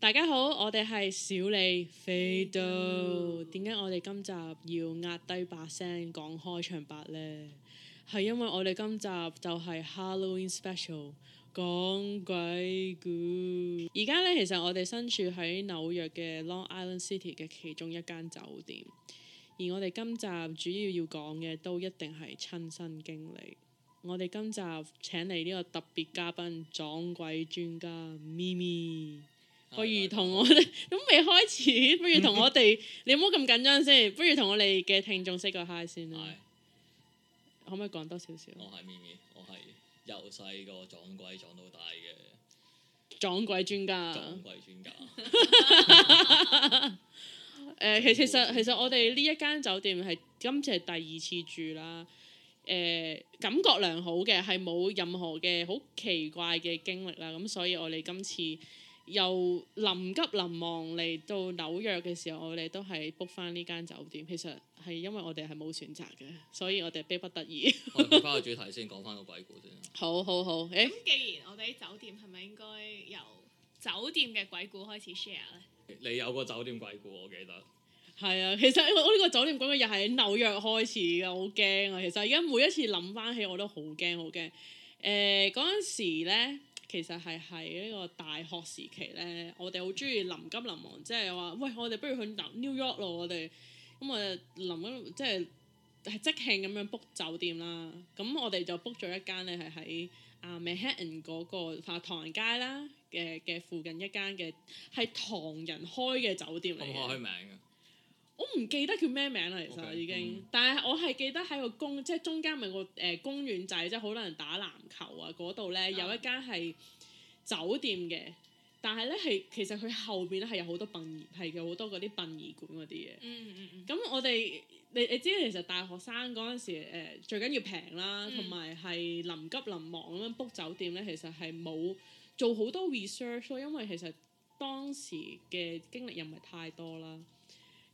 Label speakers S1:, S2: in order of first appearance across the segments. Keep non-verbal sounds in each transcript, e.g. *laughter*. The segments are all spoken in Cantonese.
S1: 大家好，我哋係小李飛刀。點解我哋今集要壓低把聲講開場白呢？係因為我哋今集就係 Halloween Special 講鬼故。而家呢，其實我哋身處喺紐約嘅 Long Island City 嘅其中一間酒店，而我哋今集主要要講嘅都一定係親身經歷。我哋今集請嚟呢個特別嘉賓撞鬼專家咪咪。
S2: 嗯
S1: 不如同我哋 *laughs* 咁未開始，不如同我
S2: *laughs*
S1: 哋，你唔好咁緊張先，不如同我哋嘅聽眾 say 個 hi 先啦
S2: 係。，哦
S1: 可唔可以講多少少？
S2: 我係咪咪，我係由細個撞鬼撞到大嘅
S1: 啊撞鬼專家。啊
S2: 撞鬼專家。
S1: *laughs*
S2: *laughs*
S1: 誒、其其實其實我哋呢一間酒店係今次係第二次住啦。誒、感覺良好嘅，係冇任何嘅好奇怪嘅經歷啦。咁所以我哋今次又臨急臨忙嚟到紐約嘅時候，我哋都係 book 翻呢間酒店。其實係因為我哋係冇選擇嘅，所以我哋逼不得已。 *laughs*
S2: 我哋翻個主題先，講翻個鬼故先。啊
S1: 好好好，誒、
S3: 咁既然我哋喺酒店，係咪應該由酒店嘅鬼故開始 share 咧？
S2: 你有個酒店鬼故，我記得。
S1: 係啊，其實我呢個酒店講嘅又係喺紐約開始嘅，好驚啊！其實而家每一次諗翻起我都好驚好驚。誒嗰陣時咧，其實係喺呢個大學時期咧，我哋好中意臨急臨忙，即係話喂，我哋不如去 New York 咯，我哋咁我哋臨急即係係即興咁樣 book 酒店啦。咁我哋就 book 咗一間咧係喺啊 Manhattan 嗰個啊唐人街啦嘅嘅附近一間嘅係唐人開嘅酒店嚟
S2: 可
S1: 嘅
S2: 唔可以。開名
S1: *laughs*
S2: 啊？
S1: 我唔記得叫咩名啦，其實
S2: OK，
S1: 已經。
S2: 嗯
S1: 但係我係記得喺個公，即係中間咪個誒、呃公園仔，即係好多人打籃球啊嗰度咧，有一間係酒店嘅。但係咧係其實佢後邊咧係有好多殯儀，係有好多嗰啲殯儀館嗰啲嘢。
S3: 嗯嗯嗯。
S1: 咁我哋你你知其實大學生嗰陣時誒、呃最緊要平啦，
S3: 嗯
S1: 同埋係臨急臨忙咁樣 book 酒店咧，其實係冇做好多 research 咯，因為其實當時嘅經歷又唔係太多啦。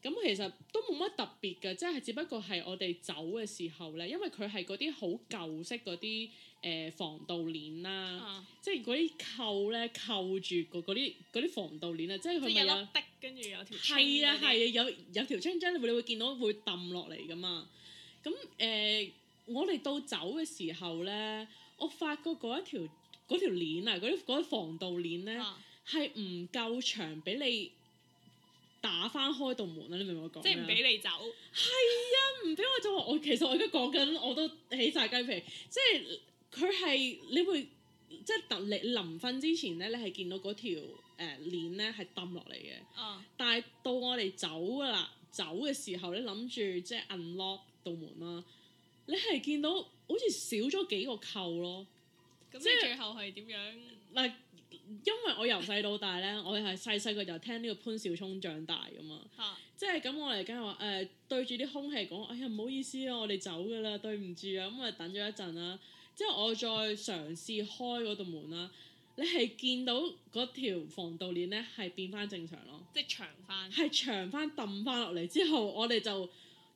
S1: 咁其實都冇乜特別嘅，即係只不過係我哋走嘅時候咧，因為佢係嗰啲好舊式嗰啲誒防盜鏈啦，
S3: 啊，
S1: 即係嗰啲扣咧扣住嗰嗰啲嗰啲防盜鏈啊，即係
S3: 即係
S1: 佢咪
S3: 有
S1: 有
S3: 粒。壁，跟住有條
S1: 係啊係啊，
S3: 啊，
S1: 有有條青筋，你會見到會揼落嚟噶嘛。咁誒、呃我哋到走嘅時候咧，我發覺嗰一條嗰條鏈啊，嗰啲嗰啲防盜鏈咧
S3: 啊
S1: 係唔夠長俾你打翻開道門啊！你明唔明我講咩
S3: 即
S1: 啊？
S3: 係唔俾你走。
S1: 唔俾我就話我其實我而家講緊我都起晒雞皮，即係佢係你會即係臨你臨瞓之前咧，你係見到嗰條誒、呃、鏈咧係揼落嚟嘅。
S3: 啊，
S1: 但係到我哋走啦，走嘅時候咧，諗住即係 unlock 道門啦，你係見到好似少咗幾個扣咯。
S3: 咁你
S1: 即係
S3: 最後係點樣？
S1: 嗱，因為我由細到大咧，我係細細個就聽呢個潘少聰長大噶嘛，
S3: 嚇
S1: 即係咁我哋梗係話誒對住啲空氣講，哎呀唔好意思啊，我哋走噶啦，對唔住啊，咁啊等咗一陣啦，之後我再嘗試開嗰道門啦，你係見到嗰條防盜鏈咧係變翻正常咯。
S3: 即係長翻。
S1: 係長翻揼翻落嚟之後，我哋就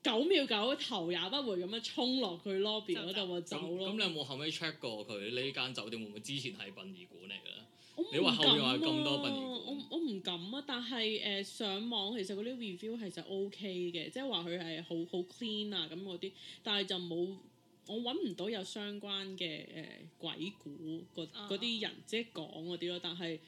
S1: 九秒九頭也不回咁樣衝落去 lobby 嗰度咪
S2: 咁
S1: 走咯
S2: 咁。你有冇後尾 check 過佢呢間酒店會唔會之前係殯儀館嚟嘅咧？
S1: 我唔
S2: 你話後面話
S1: 敢
S2: 咁多
S1: 啊
S2: 殯儀館
S1: 我我唔敢啊！但係誒、呃上網其實嗰啲 review 其實 O K 嘅，即係話佢係好好 clean 啊咁嗰啲，但係就冇我揾唔到有相關嘅誒、呃鬼故嗰
S3: 啊
S1: 嗰啲人即係講嗰啲咯，但係。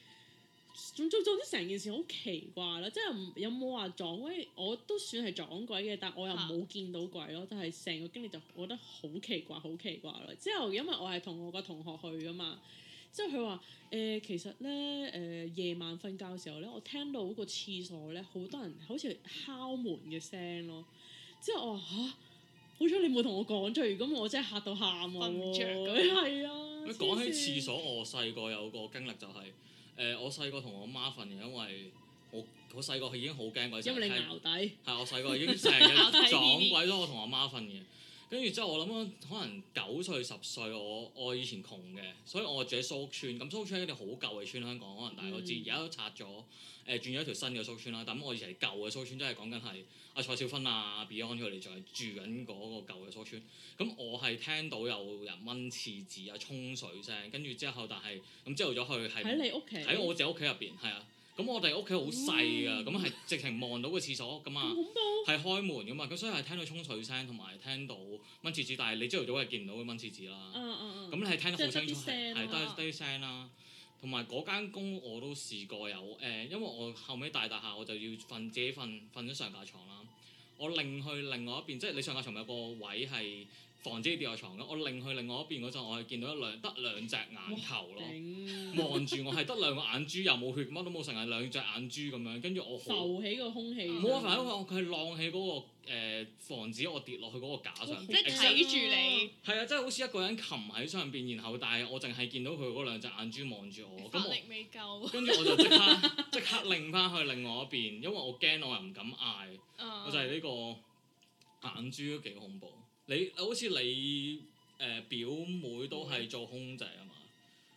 S1: 總總總之成件事好奇怪啦，即係唔有冇話撞鬼？我都算係撞鬼嘅，但我又
S3: 啊
S1: 冇見到鬼咯，但係成個經歷就我覺得好奇怪，好奇怪咯。之後因為我係同我個同學去噶嘛，之後佢話誒其實咧誒、呃夜晚瞓覺嘅時候咧，我聽到個廁所咧好多人好似敲門嘅聲咯，之後我話嚇。好彩你冇同我講咗，如果我真係嚇到喊我
S3: 瞓唔
S1: 喎，
S3: 着咁
S1: 係啊！
S2: 喂，講
S1: 黐
S2: 起
S1: 線
S2: 廁所，我細個有個經歷就係、誒，我細個同我媽瞓嘅，因為我我細個已經好驚鬼，成
S1: 因
S2: 日
S1: 為你
S2: 聽
S1: 淆底。
S2: 係我細個已經
S1: *laughs*
S2: 成日撞鬼咗，我同我媽瞓嘅。跟住之後，我諗緊可能九歲十歲，我我以前窮嘅，所以我住喺蘇屋村。咁蘇屋村係一條好舊嘅村，香港可能大家都知，
S1: 嗯
S2: 而家都拆咗，誒、轉咗一條新嘅蘇屋村啦。但咁我以前係舊嘅蘇屋村，即係講緊係阿蔡少芬啊、Beyond 佢哋仲係住緊嗰個舊嘅蘇屋村。咁我係聽到有人掹廁紙啊、沖水聲，跟住之後但係咁朝頭早去係
S1: 喺你屋企
S2: 喺我自己屋企入邊，係啊。咁我哋屋企好細
S1: 嗯
S2: 㗎，咁係直情望到個廁所㗎嘛
S1: 咁，恐怖，
S2: 係開門㗎嘛，咁所以係聽到沖水聲同埋聽到蚊廁紙，但係你朝頭早係見唔到嗰啲蚊廁紙啦。
S1: 嗯嗯
S2: 咁你係聽得好清
S1: 即
S2: 楚，
S1: 係得啲聲啊
S2: 係
S1: 啦
S2: 係得得啲聲啦。同埋嗰間工我都試過有誒、因為我後尾大大廈我就要瞓自己瞓瞓咗上架床啦。我另去另外一邊，即係你上架床咪有個位係防止你跌落床嘅。我另去另外一邊嗰陣，我係見到一兩得兩隻眼球咯，
S1: 頂
S2: 望住我係得兩個眼珠，又冇血，乜都冇，成係兩隻眼珠咁樣。跟住我好
S1: 浮起個空氣，
S2: 冇辦啊法，因為我佢係浪起嗰、個、呃、防止我跌落去嗰個架上
S1: 哇
S3: 即
S2: 邊
S3: 係
S1: 其實
S3: 睇住你，
S2: 係啊，真係好似一個人擒喺上邊，然後但係我淨係見到佢嗰兩隻眼珠望住我，哦咁
S3: 法
S2: 我
S3: 力未夠。
S2: 跟住我就即刻 *laughs* 即刻擰翻去另外一邊，因為我驚我又唔敢嗌，
S3: 我
S2: 我就係呢個眼珠都幾恐怖。你好似你誒、呃表妹都係做空姐啊嘛，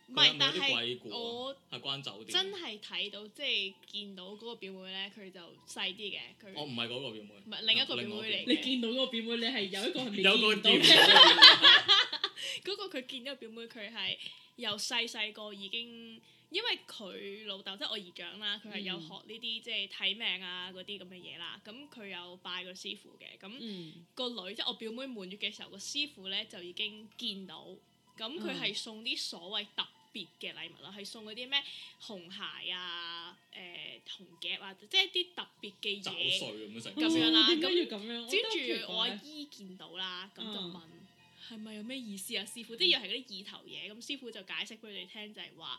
S3: 唔
S2: 佢有
S3: 係，
S2: 冇
S3: 但
S2: 啲
S3: 係
S2: 鬼故啊
S3: 我
S2: 係關酒店？
S3: 真係睇到，即係見到嗰個表妹咧，佢就細啲嘅，佢
S2: 哦我唔係嗰個表妹，
S3: 唔係另一個表妹嚟
S1: 你
S3: 嘅
S1: 見到嗰個表妹，你係有一個係未
S2: 有個
S1: 見到
S2: 店
S1: 嘅，
S3: 嗰個佢見到個表妹，佢係由細細個已經，因為佢老豆即係我姨丈啦，佢係有
S1: 嗯
S3: 學呢啲即係睇命啊嗰啲咁嘅嘢啦。咁佢有拜個師傅嘅，咁
S1: 嗯，
S3: 個女即係我表妹滿月嘅時候，個師傅咧就已經見到，咁佢係送啲所謂特別嘅禮物啦，係送嗰啲咩紅鞋啊、誒、紅夾啊，即係一啲特別
S2: *laughs*
S3: 嘅
S2: 找
S3: 嘢。
S2: 碎咁樣成
S3: 咁樣啊啦
S1: 哦點解
S3: 咁
S1: 要咁樣？
S3: 跟
S1: 覺得好
S3: 住
S1: 奇
S3: 我阿
S1: 怪
S3: 姨見到啦，咁就
S1: 嗯
S3: 問係咪有咩意思啊？師傅，即係又係嗰啲意頭嘢。咁師傅就解釋俾佢哋聽，就係話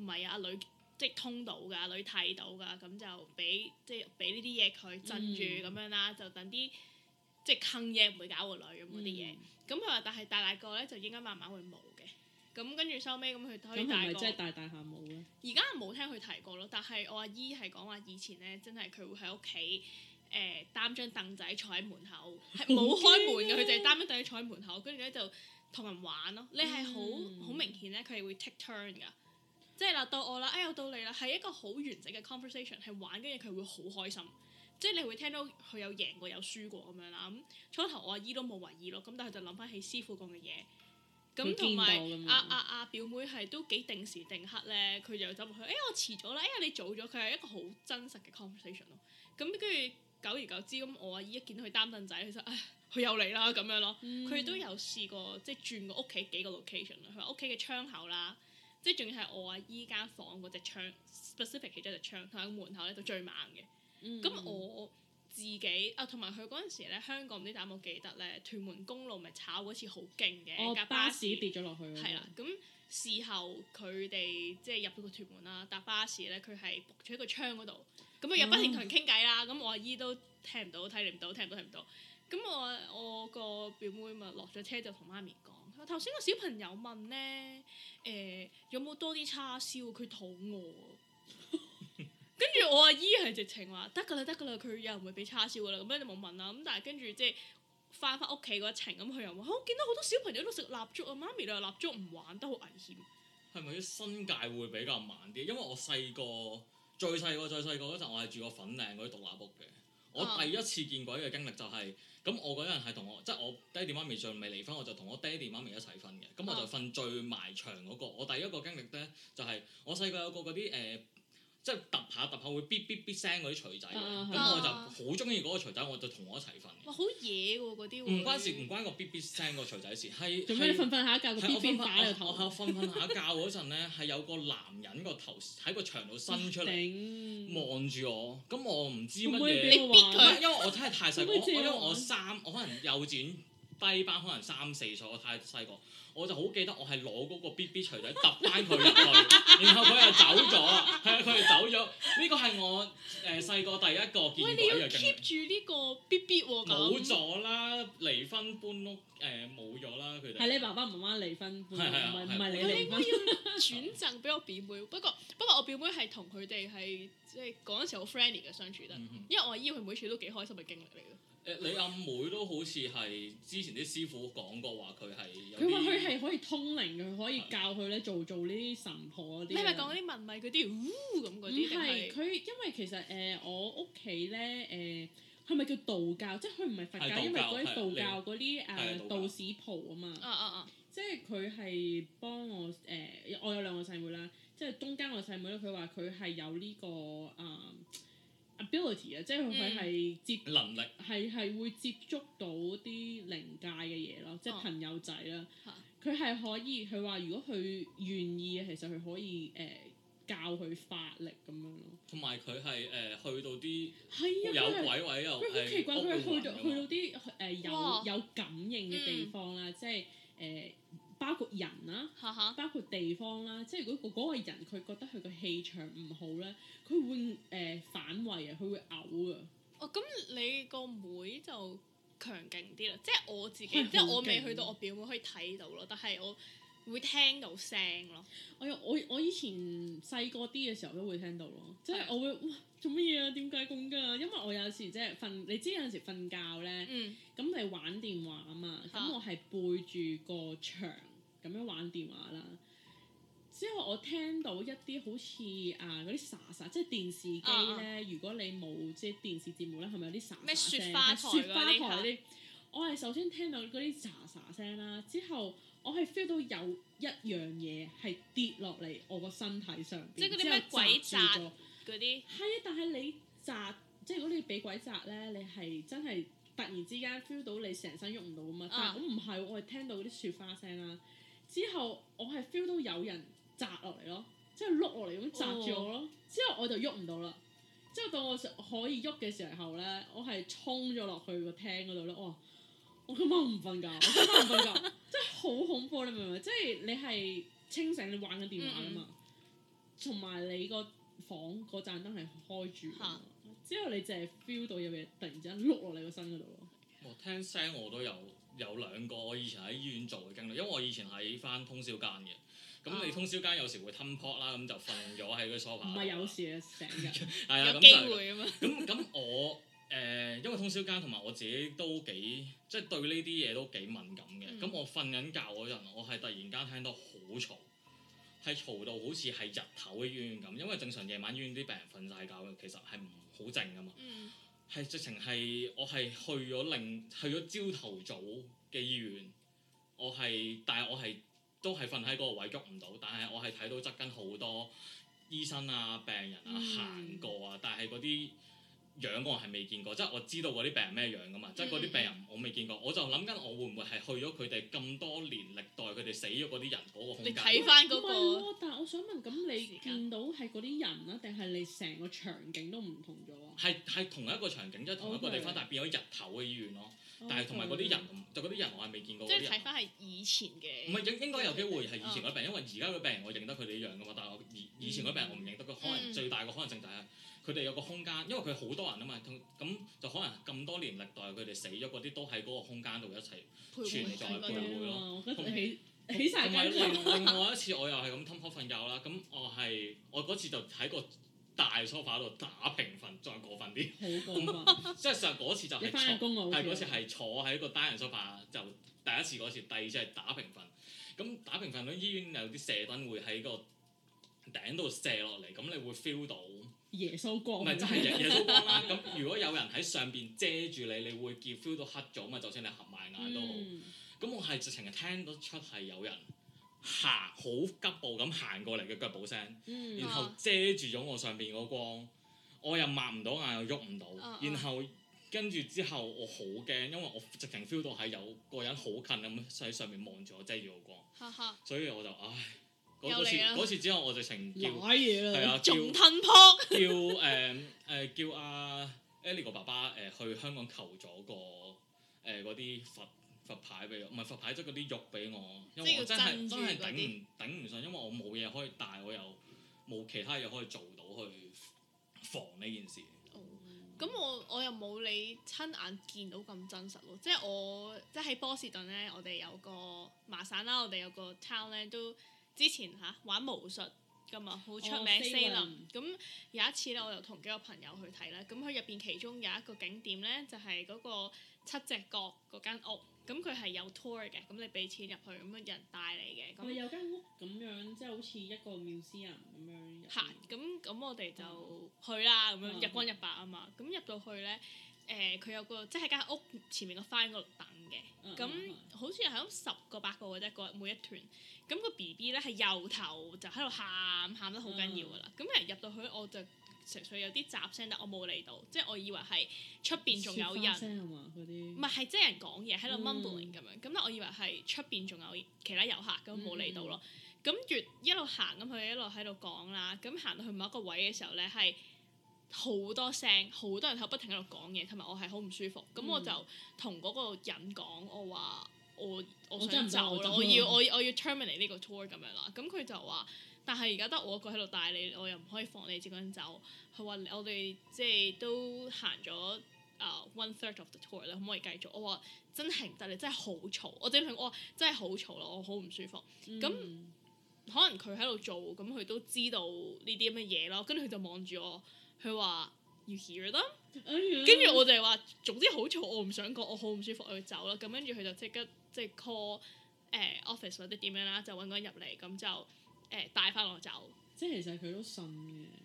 S3: 唔係啊，阿女即係通到㗎，阿女睇到㗎，咁就俾即係俾呢啲嘢佢鎮住
S1: 嗯
S3: 咁樣啦，就等啲即係坑嘢唔會搞個女咁
S1: 嗯
S3: 嗰啲嘢。咁佢話，但係大大個咧就應該慢慢會冇嘅。咁跟住收尾咁佢可
S1: 咁
S3: 以
S1: 係
S3: 大
S1: 咪
S3: 個
S1: 真係，大大下冇啊咧？
S3: 而家冇聽佢提過咯。但係我阿姨係講話以前咧，真係佢會喺屋企誒擔張凳仔坐喺門口，係冇開門嘅，佢就係擔張凳仔坐喺門口，跟住咧就同人玩咯。你係
S1: 嗯
S3: 好好明顯咧，佢係會 take turn 㗎。即係嗱，到我啦，哎呀，我到你啦，係一個好完整嘅 conversation，係玩跟住佢會好開心，即係你會聽到佢有贏過有輸過咁樣啦。咁初頭我阿姨都冇為意咯，咁但係佢就諗翻起師傅講嘅嘢，咁
S1: 佢
S3: 同埋
S1: 見到咁樣
S3: 阿阿阿表妹係都幾定時定刻咧，佢就走落去，哎呀我遲咗啦，哎呀你早咗，佢係一個好真實嘅 conversation 咯。咁跟住久而久之，咁我阿姨一見到佢擔凳仔，佢就 *laughs* 唉，佢有你啦咁樣咯。
S1: 嗯
S3: 佢都有試過即係轉過屋企幾個 location 啊啦，佢話屋企嘅窗口啦，即係仲要係我阿姨間房嗰只窗 specific 其中一隻窗同埋個門口咧就最猛嘅。
S1: 嗯，
S3: 咁我自己啊，同埋佢嗰陣時咧，香港唔知大家有冇記得咧，屯門公路咪炒嗰次好勁嘅
S1: 我
S3: 架
S1: 巴士
S3: 士
S1: 跌咗落去，
S3: 係啦，，咁事後佢哋即係入到個屯門啦，搭巴士咧，佢係仆咗喺個窗嗰度，咁佢又不停同人傾偈啦，咁、我阿姨都聽唔到，睇唔到，聽唔到，聽唔到，咁我我個表妹咪落咗車就同媽咪講，佢話頭先個小朋友問咧，誒、有冇多啲叉燒？佢肚餓。跟住我阿姨係直情話得㗎啦，得㗎啦，佢有人會俾叉燒㗎啦，咁樣就冇問啦。咁但係跟住即係翻翻屋企嗰程，咁佢又話：我見到好多小朋友都食蠟燭啊，媽咪你話蠟燭唔玩得好危險。
S2: 係咪啲新界會比較慢啲？因為我細個最細個最細個嗰陣，我係住過粉嶺嗰啲獨立屋嘅。我
S3: 啊
S2: 第一次見鬼嘅經歷就係、咁我嗰陣係同我即係我爹哋媽咪仲未離婚，我就同我爹哋媽咪一齊瞓嘅。咁我就
S3: 啊
S2: 瞓最埋牆嗰、個。我第一個經歷咧就係、我細個有個嗰啲誒，即係揼下揼下會咇咇咇聲嗰啲錘仔嘅。咁、
S1: 啊
S2: 我就
S3: 啊
S2: 好中意嗰個錘仔，我就同我一齊瞓嘅。
S3: 哇，好野喎嗰啲會
S1: 嗯
S2: 唔關事，唔關個咇咇聲個錘仔事，係
S1: 做咩
S2: 係
S1: 你瞓瞓下一覺個
S2: 係
S1: B
S2: 我
S1: B
S2: 瞓
S1: 打你
S2: 瞓
S1: 個
S2: 我
S1: 頭？
S2: 我瞓瞓下覺嗰陣咧，係有個男人個頭喺個牆度伸出嚟
S1: 頂，
S2: 望住我，咁我唔知
S1: 可
S2: 乜
S1: 唔可以
S2: 嘢，
S1: 俾
S2: 唔
S1: 我
S3: 你逼
S1: 玩
S3: 佢
S2: 係因為我真係太細個，
S1: 可唔可以借
S2: 我因為
S1: 我
S2: 我三，我可能幼稚園低班，可能三四歲，我太細個，我就好記得我係攞嗰個 B B 錘仔揼翻佢入去，然後佢又走咗，係啊，佢又走咗，呢個係我誒細個第一個見
S3: 喂，你
S2: 鬼
S3: 要
S2: 嘅經歷
S3: keep。住呢個 B B 喎
S2: 冇
S3: 咁。
S2: 咗啦，離婚搬屋誒冇咗啦，佢哋
S1: 係你爸爸媽媽離婚，唔
S2: 係係啊
S1: 係唔
S2: 係
S1: 係你
S3: 喂你
S1: 離
S3: 應該
S1: 婚，
S3: 要轉贈俾我表妹，不過不過我表妹係同佢哋係即係嗰陣時好 friendly 嘅相處得，
S2: 嗯哼
S3: 因為我阿姨佢每次都幾開心嘅經歷嚟嘅。
S2: 誒，你阿妹都好似係之前啲師傅講過話，佢係有
S1: 佢話佢
S2: 啲
S1: 係可以通靈嘅，佢可以教佢咧做做呢啲神婆嗰
S3: 你
S1: 啲啊。
S3: 係咪講嗰啲文米嗰啲呜咁嗰
S1: 唔
S3: 啲定
S1: 係
S3: 係？
S1: 佢，因為其實誒、呃我屋企咧誒，係、咪叫道教？即係佢唔係佛
S2: 係
S1: 教，
S2: 道
S1: 因為
S2: 教
S1: 嗰啲
S2: 係
S1: 道
S2: 你
S1: 教嗰啲
S2: 係
S1: 誒
S2: 道教
S1: 道士婆啊嘛，
S3: 啊啊啊！
S1: 即係佢係幫我誒、我有兩個細妹啦，即係中間我細妹咧，佢話佢係有呢、個誒、嗯 ability 啊，即係佢係接
S2: 能力
S1: 係係會接觸到啲靈界嘅嘢咯，即係
S3: 哦
S1: 朋友仔啦
S3: 嚇。
S1: 佢係可以，佢話如果佢願意，其實佢可以誒、教佢法力咁樣咯。
S2: 同埋佢係誒去到啲
S1: 係啊，
S2: 有
S1: 佢係
S2: 鬼位又
S1: 佢好奇怪，佢係去到去到
S2: 係
S1: 啲誒、有
S3: 哇
S1: 有感應嘅地方啦，即係誒、包括人啦、
S3: 哈哈，
S1: 啊包括地方啦，即係如果嗰個人佢覺得佢個氣場唔好咧，佢會誒、反胃啊，佢會嘔啊，
S3: 哦，咁你個妹就強勁啲啦，即係
S1: *laughs*
S3: 我自己，
S1: 係
S3: 即係我
S1: 好勁
S3: 未去到我表妹可以睇到咯，但係我會聽到聲咯。
S1: 我有我我以前細個啲嘅時候都會聽到咯，即係
S3: 係
S1: 我會哇做乜嘢啊？點解咁㗎？因為我有時即係瞓，你知有陣時瞓覺咧，
S3: 嗯，
S1: 咁你玩電話啊嘛，
S3: 啊
S1: 咁我係背住個牆咁樣玩電話啦。之後我聽到一啲好似啊嗰啲沙沙，即係電視機
S3: 啊啊
S1: 咧。如果你冇即係電視節目咧，係咪有啲沙沙
S3: 咩
S1: 聲？
S3: 雪花
S1: 係
S3: 台
S1: 雪花
S3: 嗰啲
S1: 台嗰啲。我係首先聽到嗰啲沙沙聲啦，之後我係 feel 到有一樣嘢係跌落嚟我個身體上邊，
S3: 即係嗰啲咩鬼
S1: 之後擲住咗
S3: 嗰
S1: 係
S3: 啲
S1: 啊，但係你擲，即係如果你俾鬼擲咧，你係真係突然之間 feel 到你成身喐唔到啊嘛。但
S3: 啊
S1: 係我唔係喎，我係聽到嗰啲雪花聲啦。之後我係 feel 到有人擲落嚟咯，即係碌落嚟咁擲住我咯。之後我就喐唔到啦。之後到我可以喐嘅時候咧，我係衝咗落去個廳嗰度咧，我話我今晚唔瞓覺，我今晚唔瞓覺，真係好恐怖，你明唔明？即係你係清醒，你玩緊電話啊嘛，同埋、你個房嗰盞燈係開住㗎嘛，之後你淨係 feel 到有嘢突然之間碌落你個身嗰度咯。
S2: 我聽聲我都有有兩個我以前喺醫院做嘅經歷，因為我以前喺翻通宵間嘅。咁你
S1: 啊
S2: 通宵間有時會吞 pot 啦，咁就瞓咗喺個 sofa
S1: 唔
S2: 度。
S1: 係有時啊，成日
S3: *laughs*
S2: 係啊，咁
S3: 有機
S2: 就係
S3: 會啊嘛。
S2: 咁咁我誒、呃因為通宵間同埋我自己都幾即係對呢啲嘢都幾敏感嘅。
S3: 嗯
S2: 咁、我瞓緊覺嗰陣，我係突然間聽到好嘈，係嘈到好似係日頭嘅醫院咁。因為正常夜晚醫院啲病人瞓晒覺嘅，其實係唔好靜噶嘛。
S3: 嗯，
S2: 係直情係我係去咗另去咗朝頭早嘅醫院，我係但係我係都係瞓喺嗰個位喐唔到，但係我係睇到側跟好多醫生啊、病人啊
S1: 嗯
S2: 行過啊，但係嗰啲樣我係未見過，即係我知道嗰啲病人咩樣噶嘛，即係嗰啲病
S3: 嗯
S2: 人我未見過，我就諗緊我會唔會係去咗佢哋咁多年歷代佢哋死咗嗰啲人嗰個空
S3: 你
S2: 間？
S3: 睇翻嗰
S1: 唔係
S3: 個
S1: 喎，但係我想問，咁你
S3: 時間
S1: 見到係嗰啲人啊，定係你成個場景都唔同咗啊？
S2: 係係同一個場景，即係同一個地
S1: OK
S2: 方
S3: 哦
S2: 但係變咗日頭嘅醫院咯。但係同埋嗰啲人，
S1: 哦
S2: 就嗰啲人我係未見過
S3: 即
S2: 嗰啲
S3: 係
S2: 人
S3: 睇。翻係以前嘅。
S2: 唔係應應該有機會係以前嗰啲病人，因為而家嗰啲病人我認得佢哋啲樣噶嘛，但係我以以前嗰啲病人我唔認得佢，可能
S3: 嗯
S2: 最大嘅可能性就係佢哋有個空間，因為佢好多人啊嘛，同咁就可能咁多年歷代佢哋死咗嗰啲都喺嗰個空間度一齊。
S3: 徘徊
S2: 存在
S3: 喺嗰
S2: 徘
S3: 度
S2: 徊會
S1: 會
S2: 咯
S1: 咯。啊我覺
S2: 同
S1: 得起起晒
S2: 同埋
S1: 雞皮
S2: 另
S1: 喎。
S2: 另外一次我又係咁吞泡瞓覺啦，咁我係我嗰次就喺個大 sofa 度打平瞓，再過分啲，
S1: 好過分！
S2: 即係實嗰次就
S1: 你
S2: 係
S1: 翻
S2: *laughs*
S1: 緊
S2: 錯
S1: 工啊？
S2: 係
S1: 好似
S2: 嗰次係坐喺個單人 sofa 就第一次嗰次，第二次係打平瞓。咁打平瞓喺醫院有啲射燈會喺個頂度射落嚟，咁你會 feel 到，唔
S1: 耶穌光。*laughs*
S2: 係真係日日都光啦。咁如果有人喺上邊遮住你，你會叫 feel 到黑咗嘛？就算你合埋眼都好。
S1: 嗯
S2: 咁、我係直情係聽得出係有人行好急步咁行過嚟嘅腳步聲。
S1: 嗯
S2: 然後遮住咗我上邊個光，我又擘唔到眼，又喐唔
S3: 啊
S2: 到
S3: 啊，
S2: 然後跟住之後我好驚，因為我直情 feel 到係有個人好近咁喺上面望住我遮住個光，
S3: 哈哈，
S2: 所以我就唉，嗰
S3: 又
S2: 嗰次
S3: 嚟啦
S2: 嗰次之後我就成叫
S1: 攋嘢
S2: 係
S1: 啦。
S2: 啊叫
S3: 仲吞撲。
S2: 叫誒誒叫阿呃 Ellie 個爸爸誒去香港求咗個誒嗰啲佛佛牌俾我，唔係佛牌即係嗰啲玉俾我，因為我
S3: 即係
S2: 真
S3: 要
S2: 係
S3: 鎮住
S2: 真係
S3: 嗰
S2: 頂
S3: 啲
S2: 唔頂唔順，因為我冇嘢可以帶，我又冇其他嘢可以做到去防呢件事。
S3: 哦咁我我又冇你親眼見到咁真實喎，即係我即係喺波士頓咧，我哋有個麻省啦，我哋有個 town 咧都之前嚇、玩巫術噶嘛，好出名
S1: 哦
S3: 西
S1: 西
S3: 林。
S1: 林
S3: 咁有一次咧，我又同幾個朋友去睇啦，咁佢入邊其中有一個景點咧，就係、嗰個七隻角嗰間屋，咁佢係有 tour 嘅，咁你俾錢入去，咁有人帶你嘅，
S1: 係咪
S3: 咁
S1: 有間屋咁樣，即係好似一個 museum 咁樣入面？
S3: 行，咁咁我哋就去啦，咁樣
S1: 嗯
S3: 日光日白啊嘛，咁入到去咧。誒、誒佢有個即係喺間屋前面個花園嗰度等嘅。
S1: 嗯
S3: 咁
S1: 嗯
S3: 好似係咁十個八個嘅啫，個每一團。咁個 B B 咧係由頭就喺度喊，喊得好緊要
S1: 嗯
S3: 㗎啦。咁人入到去，我就純粹有啲雜聲，但我冇理到，即係我以為係出邊仲有
S1: 雪花
S3: 人。
S1: 聲係啊嘛嗰啲
S3: 唔，係係真人講嘢喺度
S1: 嗯
S3: mumbling 咁樣，咁但我以為係出邊仲有其他遊客咁冇理到咯。
S1: 嗯
S3: 咁越一路行咁，佢一路喺度講啦。咁行到去某一個位嘅時候咧，係好多聲，好多人喺度不停喺度講嘢，同埋我係好唔舒服。咁我
S1: 嗯
S3: 就同嗰個人講，我話我我
S1: 我真係
S3: 想
S1: 唔得我
S3: 走啦，
S1: 走
S3: 我要
S1: 啦
S3: 我要我要 terminate 呢個 tour 咁樣啦。咁佢就話。但係而家得我一個喺度帶你，我又唔可以放你自己人走。佢話我哋即係都行咗啊 one third of the tour 啦，可唔可以繼續？我話真係唔得，你真係好嘈。我點同佢講我話真係好嘈咯，我好唔舒服。咁
S1: 嗯
S3: 可能佢喺度做，咁佢都知道呢啲咁嘅嘢咯。跟住佢就望住我，佢話。要 hear them，跟
S1: 哎
S3: 住我就係話，總之好嘈，我唔想講，我好唔舒服，我要走啦。咁跟住佢就即刻即係 call 誒、office 或者點樣啦，就揾個人入嚟，咁就誒、帶翻我走。
S1: 即係其實佢都信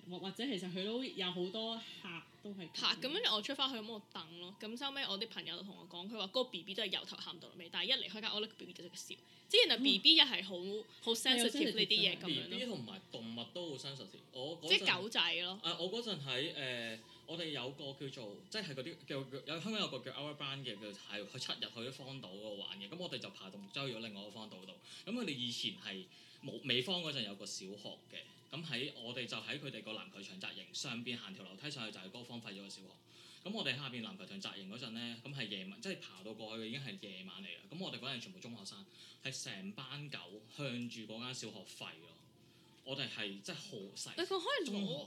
S1: 嘅，或或者其實佢都有好多客都係
S3: 嚇！咁跟住我出翻去咁我等咯，咁收尾我啲朋友就同我講，佢話嗰個 B B 都係由頭喊到尾，但係一離開間屋咧，個 B B 就即刻笑。即係原來 B B 又係好好 sensitive 呢啲嘢咁
S2: 嗯 B
S3: 樣
S2: B
S3: 咯，
S2: 同埋動物都好 sensitive。我嗰
S3: 即
S2: 陣
S3: 係狗仔咯。
S2: 啊！我嗰陣喺誒，我哋有個叫做即係嗰啲叫叫有香港有個叫 Our Brand 嘅，佢係佢七日去咗荒島嗰度玩嘅。咁我哋就爬獨木舟去咗另外一個荒島度。咁佢哋以前係冇美方嗰陣有個小學嘅，咁喺我哋就喺佢哋個籃球場紮營上邊行條樓梯上去就係嗰個荒廢咗嘅小學。咁我哋下邊籃球場紮營嗰陣咧，咁係夜晚，即係爬到過去已經係夜晚嚟啦。咁我哋嗰陣全部中學生，係成班狗向住嗰間小學吠咯。我哋係真係好細
S3: 你，講開
S2: 中
S3: 攞
S2: 學係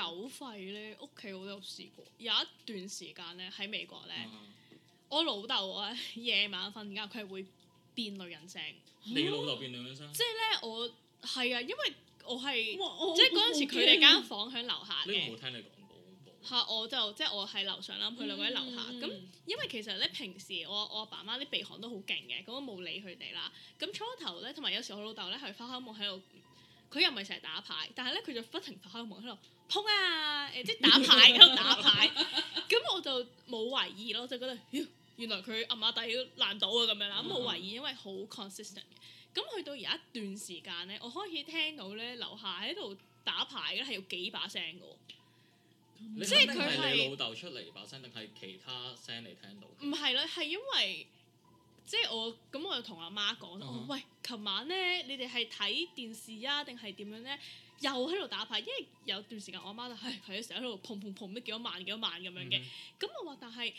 S2: 好
S3: 嗯狗吠咧，屋企我都有試過。有一段時間咧喺美國咧，
S2: 啊
S3: 我老豆啊夜晚瞓覺佢係會變女人聲，即
S2: 你老豆變女人聲，
S3: 係咧我係啊，因為我係即
S1: 即
S3: 係嗰陣時
S1: 啊
S3: 佢哋間房喺樓下
S2: 呢個
S3: 嘅
S2: 冇聽你講過，好嗯恐怖。
S3: 嚇，我就即係我喺樓上啦，佢兩個喺樓下
S1: 嗯
S3: 咁。因為其實咧，平時我我阿爸媽啲鼻鼾都好勁嘅，咁我冇理佢哋啦。咁初頭咧，同埋有時我老豆咧係發開夢喺度，嗯佢又唔係成日打牌，但係咧佢就不停發開夢喺度砰啊！誒、即係打牌喺度打牌。咁我就冇懷疑咯，就覺得妖原來佢暗下底都爛到啊咁樣啦，咁冇懷疑，因為好 consistent 嘅。咁去到有一段時間咧，我開始聽到咧樓下喺度打牌咧係有幾把聲嘅喎。
S2: 你
S3: 即係
S2: 肯定
S3: 佢係嗯
S2: 你老豆出嚟把聲，定係其他聲你聽到？
S3: 唔係啦，係因為即係我咁，我就同阿媽講啦。我哦
S2: 嗯
S3: 話喂，琴晚咧，你哋係睇電視啊，定係點樣咧？又喺度打牌，因為有段時間我阿媽就係係成日喺度砰砰砰，咩幾多萬幾多萬咁樣
S2: 嗯
S3: 嘅。咁、我話但係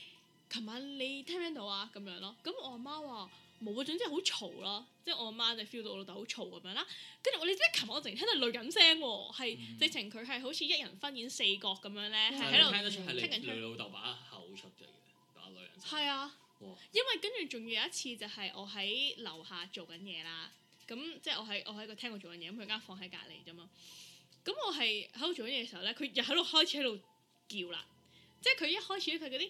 S3: 琴晚你聽唔聽到啊？咁樣咯。咁我阿媽話。冇啊，總之好嘈啦，即係我阿媽就 feel 到我老豆好嘈咁樣啦。跟住我你知唔知琴晚我淨係聽到女人聲喎，係、
S2: 嗯
S3: 直情佢係好似一人分演四角咁樣咧，
S2: 但
S3: 係
S2: 嗯係
S3: 喺
S2: 你
S3: 度
S2: 聽得出
S3: 聽緊
S2: 係你
S3: 出
S2: 你老豆把口出嚟嘅把女人聲。
S3: 係啊。
S2: 哇！
S3: 因為跟住仲有一次就係我喺樓下做緊嘢啦，咁即係我喺我喺個廳度做緊嘢，咁佢間房喺隔離啫嘛。咁我係喺度做緊嘢嘅時候咧，佢又喺度開始喺度叫啦，即係佢一開始佢嗰啲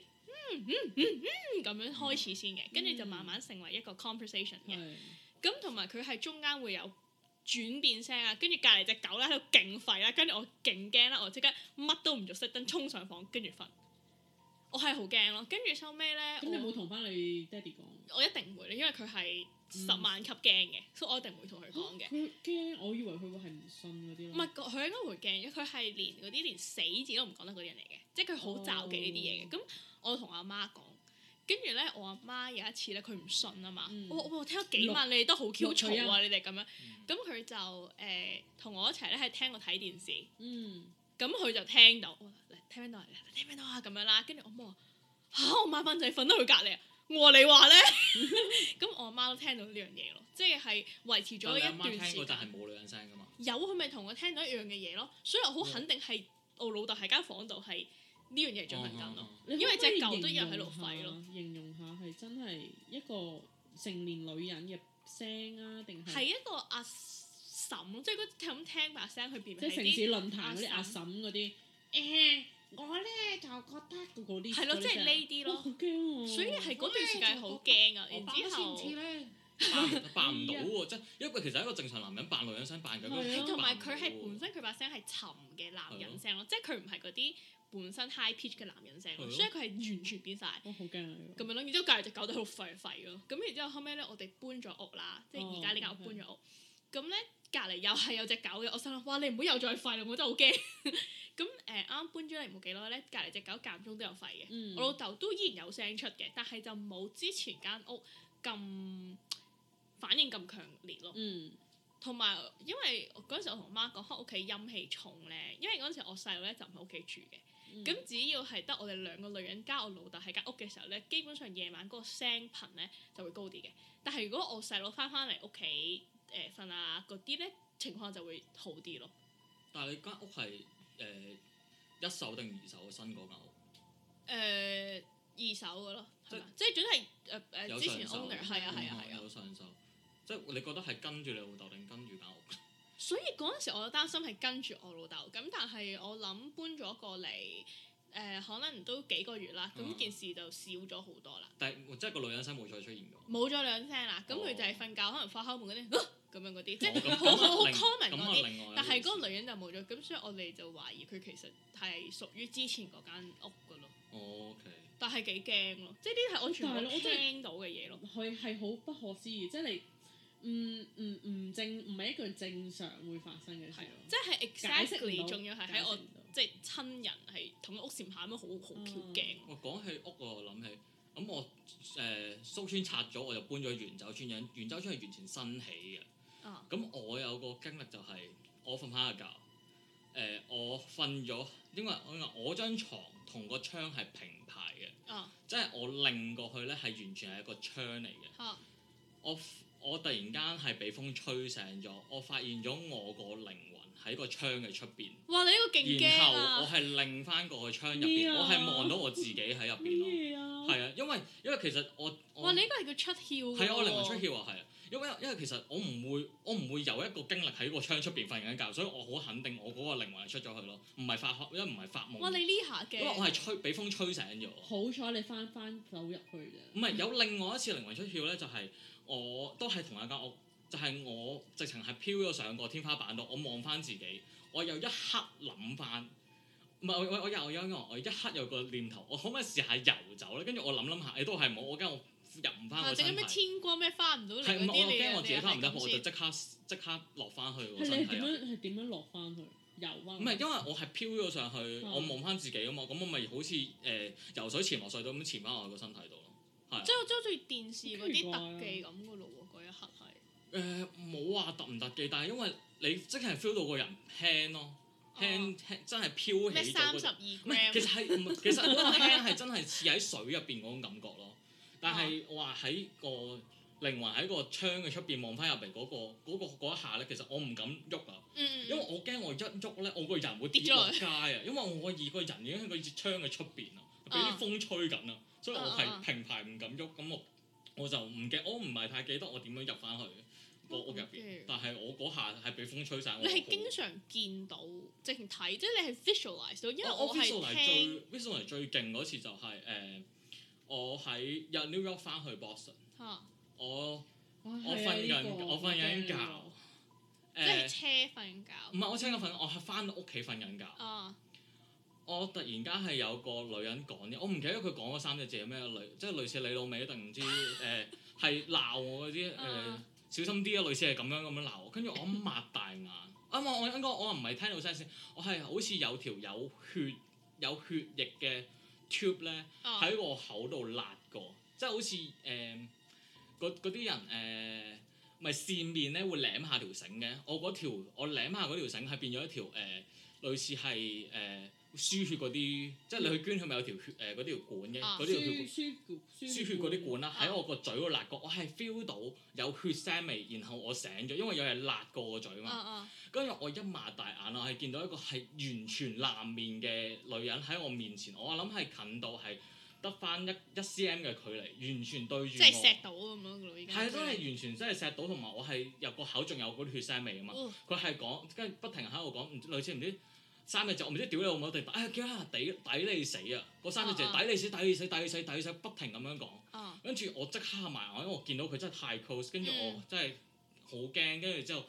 S3: 嗯嗯嗯嗯咁樣開始先嘅，跟住就慢慢成為一個 conversation 嘅。
S1: 係
S3: 咁同埋佢係中間會有轉變聲啊，跟住隔離只狗咧喺度勁吠啦，跟住我勁驚啦，我即刻乜都唔做，熄燈衝上房，跟住瞓。我係好驚咯，跟住收尾咧，
S1: 咁你
S3: 我
S1: 冇同翻你爹哋講？
S3: 我一定唔會咧，因為佢係
S1: 嗯
S3: 十萬級驚嘅，所以我一定唔會同佢講嘅。
S1: 佢驚，我以為佢會係唔信嗰啲
S3: 唔
S1: 咯。
S3: 係佢佢應該會驚，因為佢係連嗰啲連死字都唔講得嗰啲人嚟嘅，即係佢好罩忌呢
S1: 哦
S3: 啲嘢嘅。咁、我同阿媽講，跟住咧我阿媽有一次咧佢唔信啊嘛，
S1: 嗯
S3: 我我我聽咗幾晚，你哋都好 Q
S1: 錄佢
S3: 嘈啊，
S1: 啊
S3: 你哋咁樣，
S2: 嗯
S3: 咁佢就誒同、我一齊咧喺廳度睇電視。
S1: 嗯，
S3: 咁佢就聽到，我話你聽唔聽到啊？你聽唔聽到啊？咁樣啦，跟住我媽話嚇，我晚晚就係瞓得佢隔離啊！我話你話咧，咁我阿媽都聽到呢樣嘢咯，即係係維持
S2: 但
S3: 咗
S2: 係你
S3: 一
S2: 阿媽
S3: 段
S2: 聽
S3: 時
S2: 嗰陣
S3: 間。
S2: 係冇女人聲㗎嘛？
S3: 有佢咪同我聽到一樣嘅嘢咯，所以我好肯定係我老豆喺間房度係呢樣嘢進
S2: 哦
S3: 行緊咯。
S1: 因
S3: 因為隻狗都有喺度吠咯。
S1: 形容下係真係一個成年女人嘅聲啊，定
S3: 係
S1: 係
S3: 一個阿嬸咯，即係嗰係咁聽把聲，佢變
S1: 即係城市
S3: 係
S1: 論壇嗰啲
S3: 阿
S1: 阿
S3: 嬸
S1: 嬸嗰啲？誒，我咧就覺得嗰啲
S3: 啲係咯，即係呢啲
S1: 哇
S3: 咯
S1: 好。啊驚喎！
S3: 所以係嗰段時間係好驚啊，然之後。
S1: 咧，
S2: 扮哦扮唔到
S3: *laughs*
S2: 喎，即係因為其實一個正常男人扮女人聲扮緊嗰
S1: 係
S2: 個
S1: 啊
S2: 扮唔到喎，
S3: 同埋佢係本身佢把聲係沉嘅男人聲咯，即係佢唔係嗰啲本身 high pitch 嘅男人聲
S2: 係咯
S3: 咯，所以佢係完全變晒。
S1: 我好驚啊！
S3: 咁樣咯，然之後隔離隻狗都喺度吠吠咯。咁然之後後尾咧，我哋搬咗屋啦，即
S2: 哦
S3: 係而家呢間屋搬咗屋。咁咧隔離又係有隻狗嘅，我心諗哇你唔好又再吠啦，我真係好驚。 *laughs* 咁誒啱搬咗嚟冇幾耐咧，隔離隻狗間中都有吠嘅。
S1: 嗯
S3: 我老豆都依然有聲出嘅，但係就冇之前間屋咁反應咁強烈咯。
S1: 嗯
S3: 同埋因為嗰陣時我同我媽講，可能屋企陰氣重咧，因為嗰陣時我細佬咧就唔喺屋企住嘅。
S1: 嗯
S3: 咁只要係得我哋兩個女人加我老豆喺間屋嘅時候咧，基本上夜晚嗰個聲頻咧就會高啲嘅。但係如果我細佬翻返嚟屋企誒瞓啊嗰啲咧，情況就會好啲咯。
S2: 但係你間屋係誒一手定二手嘅新嗰間屋？
S3: 誒、二手嘅咯，係嘛？即係總係誒
S2: 有
S3: 誒之
S2: 上
S3: 前
S2: 手
S3: owner 係啊係啊係啊。
S2: 有上手，即係你覺得係跟住你老豆定跟住間屋？
S3: 所以嗰陣時我擔心係跟住我老豆，咁但係我諗搬咗過嚟誒、可能都幾個月啦，咁、
S2: 嗯
S3: 件事就少咗好多啦。
S2: 但係即係個女人聲冇再出現㗎。
S3: 冇咗兩聲啦，
S1: 哦
S3: 咁佢就係瞓覺，可能發開門嗰啲咁樣嗰啲，即係好
S2: 啊
S3: 好好 common 嗰啲。
S2: 啲
S3: *laughs* 但係嗰個女人就冇咗，咁所以我哋就懷疑佢其實係屬於之前嗰間屋噶咯，
S2: 哦，OK，
S3: 但係幾驚咯，即係呢啲係我全部
S1: 但係
S3: 都
S1: 我真係
S3: 聽到嘅嘢咯。
S1: 佢係好不可思議，即係你唔唔唔正唔係一樣正常會發生嘅事
S3: 係啊
S1: 咯。
S3: 即係
S1: 解釋唔
S3: exactly，
S1: 到
S3: 仲要係喺
S1: 解釋
S3: 我
S1: 唔到嗯
S3: 即係親人係同屋檐下咁樣好好翹鏡。
S2: 我講起屋我諗起，咁我誒蘇村拆咗，我就搬咗去元州村，元元州村係完全新起嘅。
S3: 啊，
S2: 咁我有個經歷就係、我瞓下一覺，誒、我瞓咗，因為因為我張床同個窗係平排嘅，
S3: 啊
S2: 即係我擰過去咧係完全係一個窗嚟嘅。
S3: 嚇
S2: 我我突然間係俾風吹醒咗，我發現咗我個靈魂喺個窗嘅出邊，
S3: 哇！你呢個勁驚
S2: 然後我
S3: 啊！哎
S2: 係擰翻過去窗入
S1: 咩
S2: 邊，
S1: 啊
S2: 我係望到我自己喺入
S1: 咩
S2: 邊咯。
S1: 嘢啊？
S2: 係啊，因為因為其實我我
S3: 哇！你呢個係叫出竅喎
S2: 係啊，我靈魂出竅啊，係啊，因為因為其實我唔會我唔會有一個經歷喺個窗出邊瞓緊覺，所以我好肯定我嗰個靈魂係出咗去咯，唔係發因為唔係發
S3: 哇！
S2: 夢，
S3: 你呢下
S2: 因為我
S3: 嘅
S2: 係吹俾風吹醒咗。
S1: 好彩你翻翻走入去啫。
S2: 唔係有另外一次靈魂出竅咧，就係、我都係同一間屋，就係、我直情係飄咗上個天花板度，我望翻自己，我有一刻諗翻，唔係我我我有有一個我一刻有個念頭，我可唔可以試下游走咧？跟住我諗諗下，誒都係冇，我驚我入唔翻
S3: 啊！
S2: 個
S3: 整緊
S2: 身體
S3: 咩，天光咩翻唔到嚟
S2: 係
S3: 嗰
S2: 唔係
S3: 啲
S2: 我
S3: 你
S2: 驚我自己
S3: 你
S2: 翻唔得，
S3: 係
S2: 我
S3: 咁
S2: 就
S3: 先
S2: 即刻即刻落翻去個
S1: 係你係
S2: 身體
S1: 點
S2: 入。
S1: 樣係點樣落翻去？游啊？
S2: 唔係，因為我係飄咗上去，
S3: 哦
S1: 嗯
S2: 我望翻自己啊嘛，咁我咪好似誒、游水潛落水到咁潛翻我個身體度咯。
S3: 即係即係好似電視嗰啲
S1: 好
S3: 特
S1: 奇
S3: 技咁噶咯喎，嗰一刻
S2: 啊
S3: 係
S2: 誒呃冇話突唔突記，但係因為你即係 feel 到個人輕咯，輕輕真係飄
S3: 哦咩
S2: 起咗嗰
S3: 三十
S2: 種。
S3: 二
S2: 唔係，其
S3: gram
S2: 實係
S3: *laughs*
S2: 唔係其實嗰個輕係真係似喺水入邊嗰種感覺咯。但係
S3: 哦
S2: 我話喺個靈魂喺個窗嘅出邊望翻入嚟嗰個嗰、個嗰一下咧，其實我唔敢喐啊，
S3: 嗯
S2: 因為
S3: 嗯，
S2: 我驚我一喐咧，我個人會跌
S3: 跌咗
S2: 落
S3: 落
S2: 街啊，因為我二個人已經喺個窗嘅出邊啦，俾啲
S3: 啊
S2: 風吹緊啦，所以我
S3: 啊啊
S2: 係
S3: 啊
S2: 平排唔敢喐，咁我我就唔記，我唔係太記得我點樣入翻去個屋入
S3: 嗯
S2: 邊
S3: ，OK，
S2: 但係我嗰下係俾風吹晒。我
S3: 你係
S2: 好
S3: 經常見到直情睇，即係你係 visualize 到，因為
S2: 我我
S3: 我係
S2: Visual 嚟
S3: 聽
S2: 最 Visual 嚟最勁嗰次就係、誒，我喺由 New York 翻去 Boston，
S3: 嚇，
S2: 我
S1: 我
S2: 我瞓
S1: 啊
S2: 緊我瞓緊覺，
S3: 即係
S2: 誒
S3: 車瞓
S2: 呃唔
S3: 覺
S2: 係我請緊瞓，我係翻到屋企瞓緊覺。
S3: 啊
S2: 我突然間係有個女人講嘢，我唔記得佢講嗰三隻字係咩類，即係類似你老味定唔知誒係鬧我嗰啲誒
S3: 啊
S2: 小心啲啊，類似係咁樣咁樣鬧我，跟住我擘大眼，啊我我應該我唔係聽到聲先，我係好似有條有血有血液嘅 tube 咧
S3: 啊
S2: 喺我口度辣過，即係好似誒嗰嗰啲人誒。咪扇面咧會舐下條繩嘅，我嗰條我舐下嗰條繩係變咗一條誒、呃、類似係誒、呃、輸血嗰啲，即係你去捐血咪有條血誒嗰條管嘅，
S3: 啊
S2: 嗰條血
S1: 輸
S2: 管
S1: 輸
S2: 輸血嗰啲管啦，
S3: 啊
S2: 喺我個嘴度辣過，我係 feel 到有血腥味，然後我醒咗，因為有嘢辣過個嘴
S3: 啊
S2: 嘛。
S3: 啊
S2: 跟住我一擘大眼啦，我係見到一個係完全爛面嘅女人喺我面前，我諗係近到係得翻一一 cm 嘅距離，完全對住
S3: 即係
S2: 我。
S3: 錫到咁樣噶咯，已經
S2: 係真係完全真係錫到，同埋我係入個口仲有嗰啲血腥味啊嘛。
S3: 哦
S2: 佢係講，跟住不停喺度講，唔知類似唔知三隻字，我唔知屌你老母定，哎呀叫下抵抵你死啊！嗰三隻字
S3: 啊啊
S2: 抵你死，抵你死，抵你死，抵你死，不停咁樣講。
S3: 啊
S2: 跟住我即刻合埋眼，因為我見到佢真係太 close，跟住我
S3: 嗯
S2: 真係好驚，跟住之後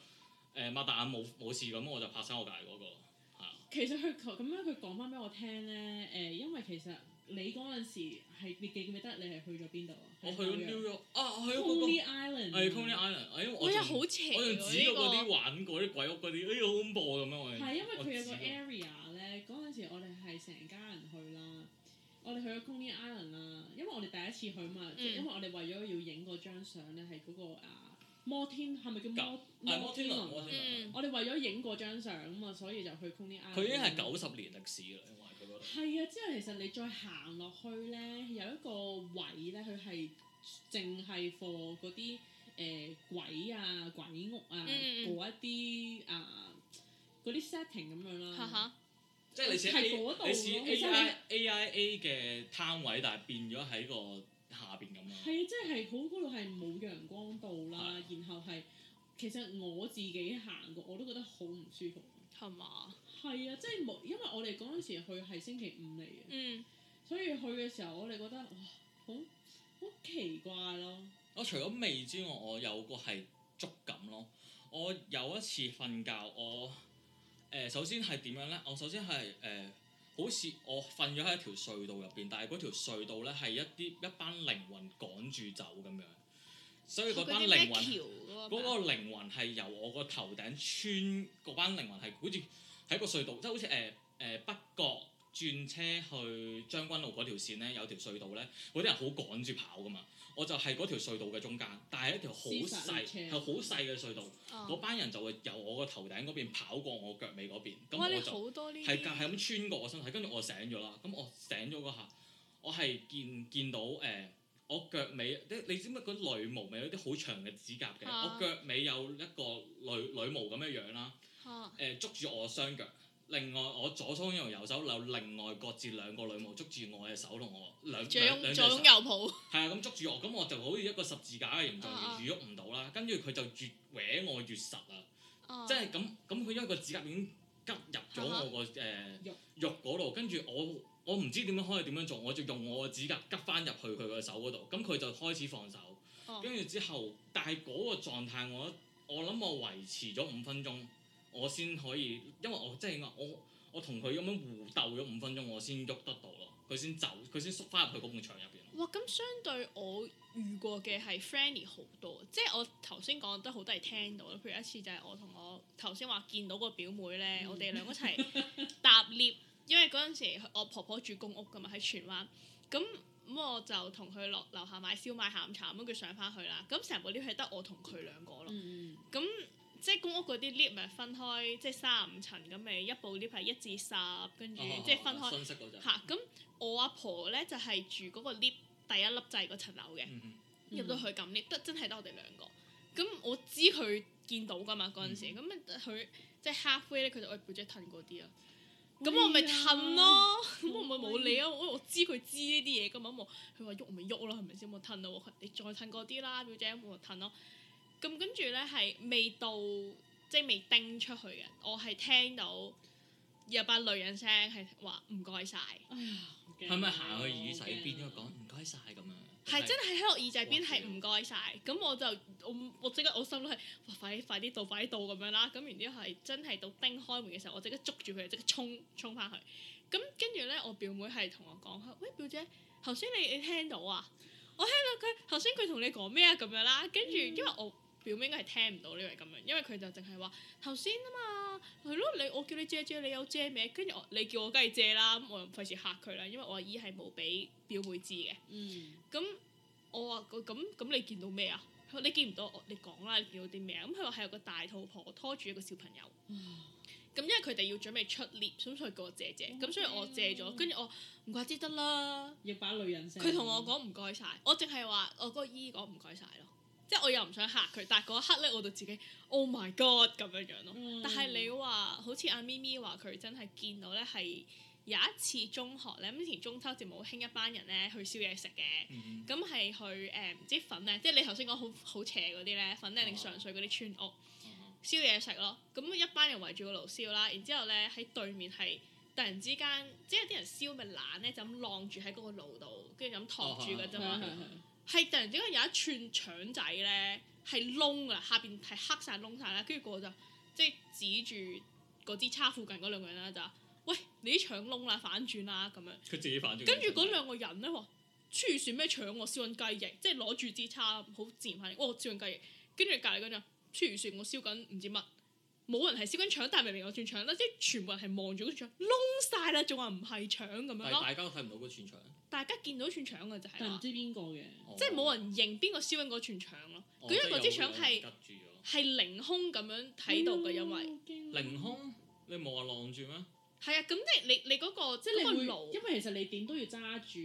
S2: 誒擘大眼冇冇事咁，我就拍手我隔離嗰個，係啊
S1: 其實佢咁樣佢講翻俾我聽咧，誒、因為其實你嗰陣時係你記唔記得你係去咗邊度啊？
S2: 我去咗 New York 啊，我去咗嗰個
S1: Coney Island。
S2: 係 Coney Island，哎因為我
S3: 我又
S2: 仲
S3: 好邪
S2: 我仲
S3: 喎
S2: 指
S3: 呢
S2: 到嗰啲啊
S3: 個，
S2: 玩過啲鬼屋嗰啲，哎呀好恐怖啊咁樣我係。
S1: 係因為佢有個
S2: 我指過
S1: area 咧，嗰陣時我哋係成家人去啦，我哋去咗 Coney Island 啦，因為我哋第一次去嘛，即係
S3: 嗯
S1: 因為我哋為咗要影嗰張相咧，係嗰個啊摩天係咪叫摩
S2: 係摩天輪，
S1: 輪
S2: 摩
S1: 啊？
S2: 天輪
S3: 嗯。
S1: 我哋為咗影嗰張相啊嘛，所以就去 Coney Island。
S2: 佢已經係九十年歷史啦，因為佢嗰度。
S1: 係啊，之後其實你再行落去咧，有一個位咧，佢係淨係 for 嗰啲誒鬼啊、鬼屋啊
S3: 嗯嗯
S1: 嗰一啲啊嗰啲 setting 咁樣
S3: 哈
S1: 啦。
S3: 哈，
S2: 即係你似
S1: 係
S2: A，
S1: 嗰度
S2: 你似
S1: 咯其實
S2: AI AIA 嘅攤位，但係變咗喺個下邊咁樣。
S1: 係啊，即係好嗰度係冇陽光度啦，然後係其實我自己行過我都覺得好唔舒服。
S3: 係嘛？
S1: 係啊，即係冇，因為我哋嗰陣時去係星期五嚟嘅。
S3: 嗯，
S1: 所以去嘅時候，我哋覺得哇，好好奇怪咯。
S2: 我除咗味之外，我有個係觸感咯。我有一次瞓覺，我誒、呃首先係點樣咧？我首先係誒、呃好似我瞓咗喺一條隧道入邊，但係嗰條隧道咧係一啲一班靈魂趕住走咁樣，所以嗰班
S3: 嗰啲咩
S2: 靈魂
S3: 橋
S2: 嗰個
S3: 嗰個
S2: 靈魂係由我個頭頂穿，嗰班靈魂係好似喺個隧道，即係好似誒誒北角轉車去將軍澳嗰條線咧，有條隧道咧，嗰啲人好趕住跑噶嘛，我就係嗰條隧道嘅中間，但係一條好
S1: 屍殺
S2: 細
S1: 列車
S2: 係好細嘅隧道，
S3: 啊
S2: 嗰、班人就會由我個頭頂嗰邊跑過我腳尾嗰邊，咁
S3: 哇！你
S2: 我就
S3: 好多呢
S2: 係
S3: 啲
S2: 隔係咁穿過我身體，跟住我醒咗啦，咁我醒咗嗰下，我係見見到誒。我腳尾，即係你知唔知嗰啲女巫咪有啲好長嘅指甲嘅？
S3: 啊
S2: 我腳尾有一個女女巫咁樣樣啦，
S3: 嚇
S2: 誒、捉住我雙腳，另外我左手同右手有另外各自兩個女巫捉住我嘅手同我兩
S3: 左
S2: 兩
S3: 擁
S2: 兩隻
S3: 左
S2: 手，
S3: 擁
S2: 係 *laughs*
S3: 右抱，
S2: 啊咁捉住我，咁我就好似一個十字架嘅形狀
S3: 啊啊
S2: 而喐唔到啦，跟住佢就越搲我越實啊！
S3: 啊
S2: 即係咁咁，佢因為個指甲已經吉入咗我個誒
S1: 肉
S2: 肉嗰度，跟住我我唔知點樣可以點樣做，我就用我個指甲吉翻入去佢個手嗰度，咁佢就開始放手
S3: 哦，
S2: 跟住之後，但係嗰個狀態我我諗我維持咗五分鐘，我先可以，因為我即係我我同佢咁樣互鬥咗五分鐘，我先喐得到咯，佢先走，佢先縮翻入去嗰埲牆入邊咯。
S3: 哇！咁相對我遇過嘅係 friendly 好多，即係我頭先講得好多係聽到啦。譬如一次就係我同我頭先話見到個表妹咧，
S1: 嗯
S3: 我哋兩個一齊
S2: *laughs*
S3: 搭 lift，因為嗰陣時我婆婆住公屋噶嘛喺荃灣，咁咁我就同佢落樓下買燒賣下午茶，咁佢上翻去啦。咁成部 lift 係得我同佢兩個咯。
S1: 嗯，
S3: 咁即係公屋嗰啲 lift 咪分開，即係三十五層咁咪一部 lift 係一至十，跟住
S2: 哦
S3: 即係分開
S2: 信息嗰陣，
S3: 嚇。咁我阿婆咧就係住嗰個 lift 第一粒掣嗰層樓嘅，
S2: 嗯嗯
S3: 入到去撳 lift 得真係得我哋兩個。咁我知佢見到噶嘛嗰陣時，咁佢即係 halfway 咧，佢就喂表姐褪嗰啲啊。咁我咪褪咯，咁我咪冇理啊！我我知佢知呢啲嘢噶嘛，咁我佢話喐咪喐咯，係咪先？我褪咯，我你再褪嗰啲啦，表姐，咁我就褪咯。咁跟住咧係未到，即係未叮出去嘅，我係聽到有班女人聲係話唔該晒，
S1: 哎呀，好驚
S2: 係咪行去耳仔邊
S1: 好驚啊
S2: 咗講唔該晒咁樣？
S3: 哦係真係喺我耳仔邊
S2: 哇
S3: 係唔該晒。咁我就我我即刻我心諗係哇快啲快啲到快啲到咁樣啦，咁然之後係真係到叮開門嘅時候，我即刻捉住佢，即刻衝衝翻去。咁跟住咧，我表妹係同我講：，喂表姐，頭先你你聽到啊？我聽到佢頭先佢同你講咩啊咁樣啦，跟住因為我表妹應該係聽唔到呢位咁樣，因為佢就淨係話頭先啊嘛，係咯，你我叫你借借，你有借咩？跟住我你叫我梗係借啦，咁我又唔費事嚇佢啦，因為我阿姨係冇俾表妹知嘅。
S1: 嗯，
S3: 咁我話佢咁咁你見到咩啊？佢話你見唔到我，你講啦，你見到啲咩啊？咁佢話係有個大肚婆拖住一個小朋友。咁因為佢哋要準備出 lift，咁所以叫我借借，咁所以我借咗，跟住我唔怪之得啦。
S1: 要把女人聲。
S3: 佢同我講唔該晒，我淨係話我個姨講唔該晒咯，即係我又唔想嚇佢，但係嗰一刻咧我就自己 Oh my God 咁樣樣咯。
S1: 嗯，
S3: 但係你話好似阿咪咪話佢真係見到咧係有一次中學咧，咁以前中秋節冇興一班人咧去燒嘢食嘅。
S2: 嗯
S3: 咁係去誒唔知粉咧，即係你頭先講好好邪嗰啲咧，粉
S1: 啊
S3: 咧定上水嗰啲村屋
S2: 嗯
S3: 燒嘢食咯。咁一班人圍住個爐燒啦，然之後咧喺對面係突然之間，即係有啲人燒咪懶咧，就咁晾住喺嗰個爐度，跟住就咁托住㗎啫
S1: 係
S3: 嘛
S1: 啊。
S2: 哦
S1: 係啊
S3: 係突然之間有一串腸仔啊咧係窿㗎啦，下邊係黑晒窿晒啦，跟住個就即係指住嗰支叉附近嗰兩個人啦，就話喂你啲腸窿啦，反轉啦咁樣。
S2: 佢自己反轉嘅。
S3: 跟住嗰兩個人咧話：黐線咩腸我燒緊雞翼，即係攞住支叉，好自然反應。哦，燒緊雞翼。跟住隔離嗰陣，黐線我燒緊唔知乜，冇人係燒緊腸，但係明明有串腸啦，即係全部人係望住嗰串腸，窿晒啦，仲話唔係腸咁
S2: 但
S3: 樣
S2: 係
S3: 咯。
S2: 大家都睇唔到嗰串腸，
S3: 大家見到串腸嘅就係
S1: 但唔
S3: 啦，
S1: 知邊個嘅。
S2: 哦
S3: 即係冇人認邊個燒緊嗰串腸咯。
S2: 哦
S3: 佢因為嗰支
S2: 即係有
S3: 腸係
S2: 人吉住咗。
S3: 係凌空咁樣睇到嘅，因
S1: 嗯
S3: 為
S2: 凌空，你冇話晾住咩？
S3: 係啊，咁即係你你嗰個
S1: 即
S3: 即
S1: 係
S3: 係
S1: 你
S3: 嗰個
S1: 會，
S3: 爐
S1: 因為其實你點都要揸住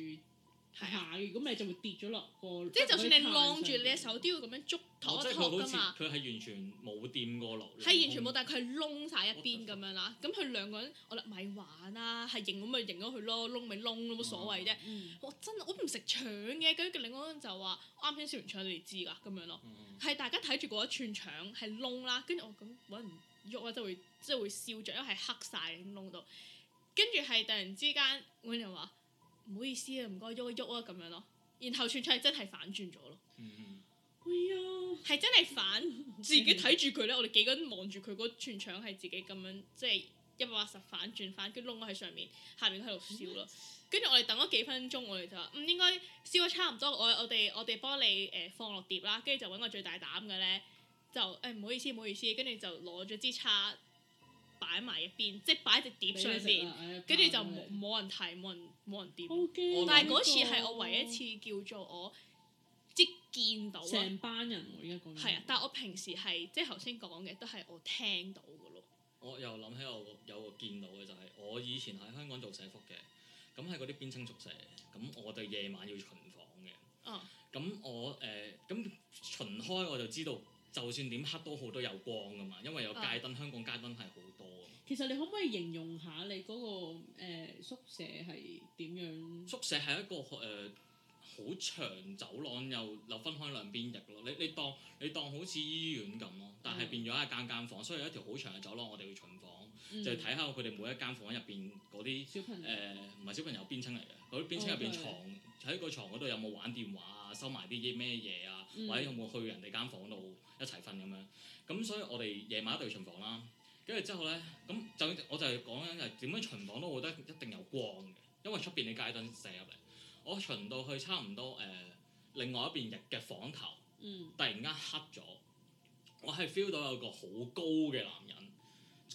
S3: 係啊，
S1: 下嘅，如果唔係你就會跌咗落個。
S3: 即係就算你晾
S1: 晾
S3: 住你隻手都要咁樣捉
S2: 哦
S3: 托
S2: 即
S3: 一
S2: 係
S3: 托
S2: 佢好
S3: 㗎
S2: 似
S3: 嘛。
S2: 佢係完全冇掂過落。
S3: 係完全冇，
S2: 掂。
S3: 但係佢係窿晒一邊
S2: What the
S3: 咁
S2: fuck？
S3: 樣啦。咁佢兩個人，我諗咪玩啦，係認咁咪認咗佢咯，窿咪窿咯，冇所謂啫。
S1: 嗯，
S3: 我真係我唔食腸嘅，跟住另外一個人就話我啱先食完腸，你哋知㗎咁樣咯。
S2: 嗯
S3: 係大家睇住嗰一串腸係窿啦，跟住我咁揾唔喐啦，即係會即係會笑着，因為係黑晒嘅咁窿到。跟住係突然之間，嗰人話唔好意思啊，唔該喐一喐啊咁樣咯。然後串腸係真係反轉咗咯，
S2: 嗯嗯
S1: 哎呀，
S3: 係真係反自己睇住佢咧，我哋幾個人望住佢嗰串腸係自己咁樣，即係一百八十反轉反，跟住窿咗喺上面，下面佢喺度笑咯。跟住我哋等咗幾分鐘，我哋就話嗯應該燒得差唔多，我我哋我哋幫你誒、呃放落碟啦，跟住就揾個最大膽嘅咧，就誒唔、好意思唔好意思，跟住就攞咗支叉擺埋一邊，即係擺喺隻碟上邊，
S1: 邊
S3: 跟住就冇冇人提冇人冇人掂。
S1: 啊好啊驚。
S3: 但係嗰次係我唯一一次叫做我即係見到啊咯。
S1: 成班人喎，而
S2: 嗯
S1: 家講緊
S3: 係啊，但係我平時係即係頭先講嘅，都係我聽到嘅咯。
S2: 我又諗起我有個見到嘅就係我以前喺香港做社福嘅，咁係嗰啲邊青宿舍，咁我哋夜晚要巡房嘅。
S3: 嗯，
S2: 咁我誒咁、巡開我就知道，就算點黑都好都有光噶嘛，因
S3: 啊
S2: 為有街燈，香港街燈係好多㗎嘛
S1: 其實你可唔可以形容下你嗰個誒宿舍係點樣？
S2: 宿舍係一個誒好、長走廊，又又分開兩邊翼咯。你你當你當好似醫院咁咯，但係
S1: 嗯
S2: 變咗一間間房，所以有一條好長嘅走廊，我哋要巡房，
S1: 嗯
S2: 就睇呃下佢哋每一間房入邊嗰啲。
S1: 小朋友
S2: 誒唔係小朋友邊清嚟嘅，嗰啲邊清入邊
S1: Okay
S2: 床喺個床嗰度有冇玩電話啊，收埋啲嘢咩嘢啊，
S1: 嗯
S2: 或者有冇去人哋間房度一齊瞓咁樣。咁所以我哋夜晚一定要巡房啦。跟住之後咧，咁就我就係講緊係點樣巡房都我覺得一定有光嘅，因為出邊啲街燈射入嚟。我巡到去差唔多誒、呃另外一邊翼嘅房頭，
S1: 嗯
S2: 突然間黑咗，我係 feel 到有個好高嘅男人，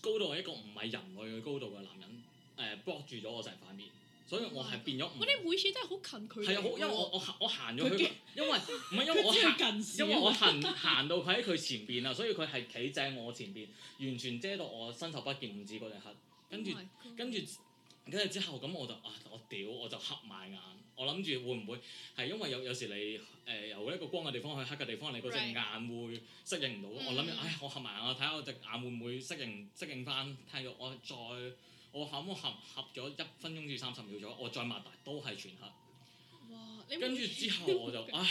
S2: 高到係一個唔係人類嘅高度嘅男人，誒、block 住咗我成塊面，所以我係變咗唔
S3: 我哋每次都係好近距離
S2: 嗯係
S3: 喎。
S2: 啊，好因為我我行我行咗
S1: 佢
S2: 佢
S1: 驚，
S2: 因為唔係因為我
S1: 即
S2: 行
S1: 係。近視啊，
S2: 因為我行行到佢喺佢前邊啦，所以佢係企正我前邊，完全遮到我伸手不見五指嗰隻黑。跟住
S3: Oh my God
S2: 跟住跟住之後咁我就啊我屌我就黑埋眼，我諗住會唔會係因為有有時你誒、呃由一個光嘅地方去黑嘅地方，你嗰隻
S3: Right
S2: 眼會適應唔到。我諗住
S3: 嗯
S2: 唉我合埋眼，我睇下我隻眼會唔會適應適應翻，睇下我再我可唔可以合合咗一分鐘至三十秒左右，我再擘大都係全黑。
S3: 哇，你
S2: 跟住
S3: 每次
S2: 之後我就唉，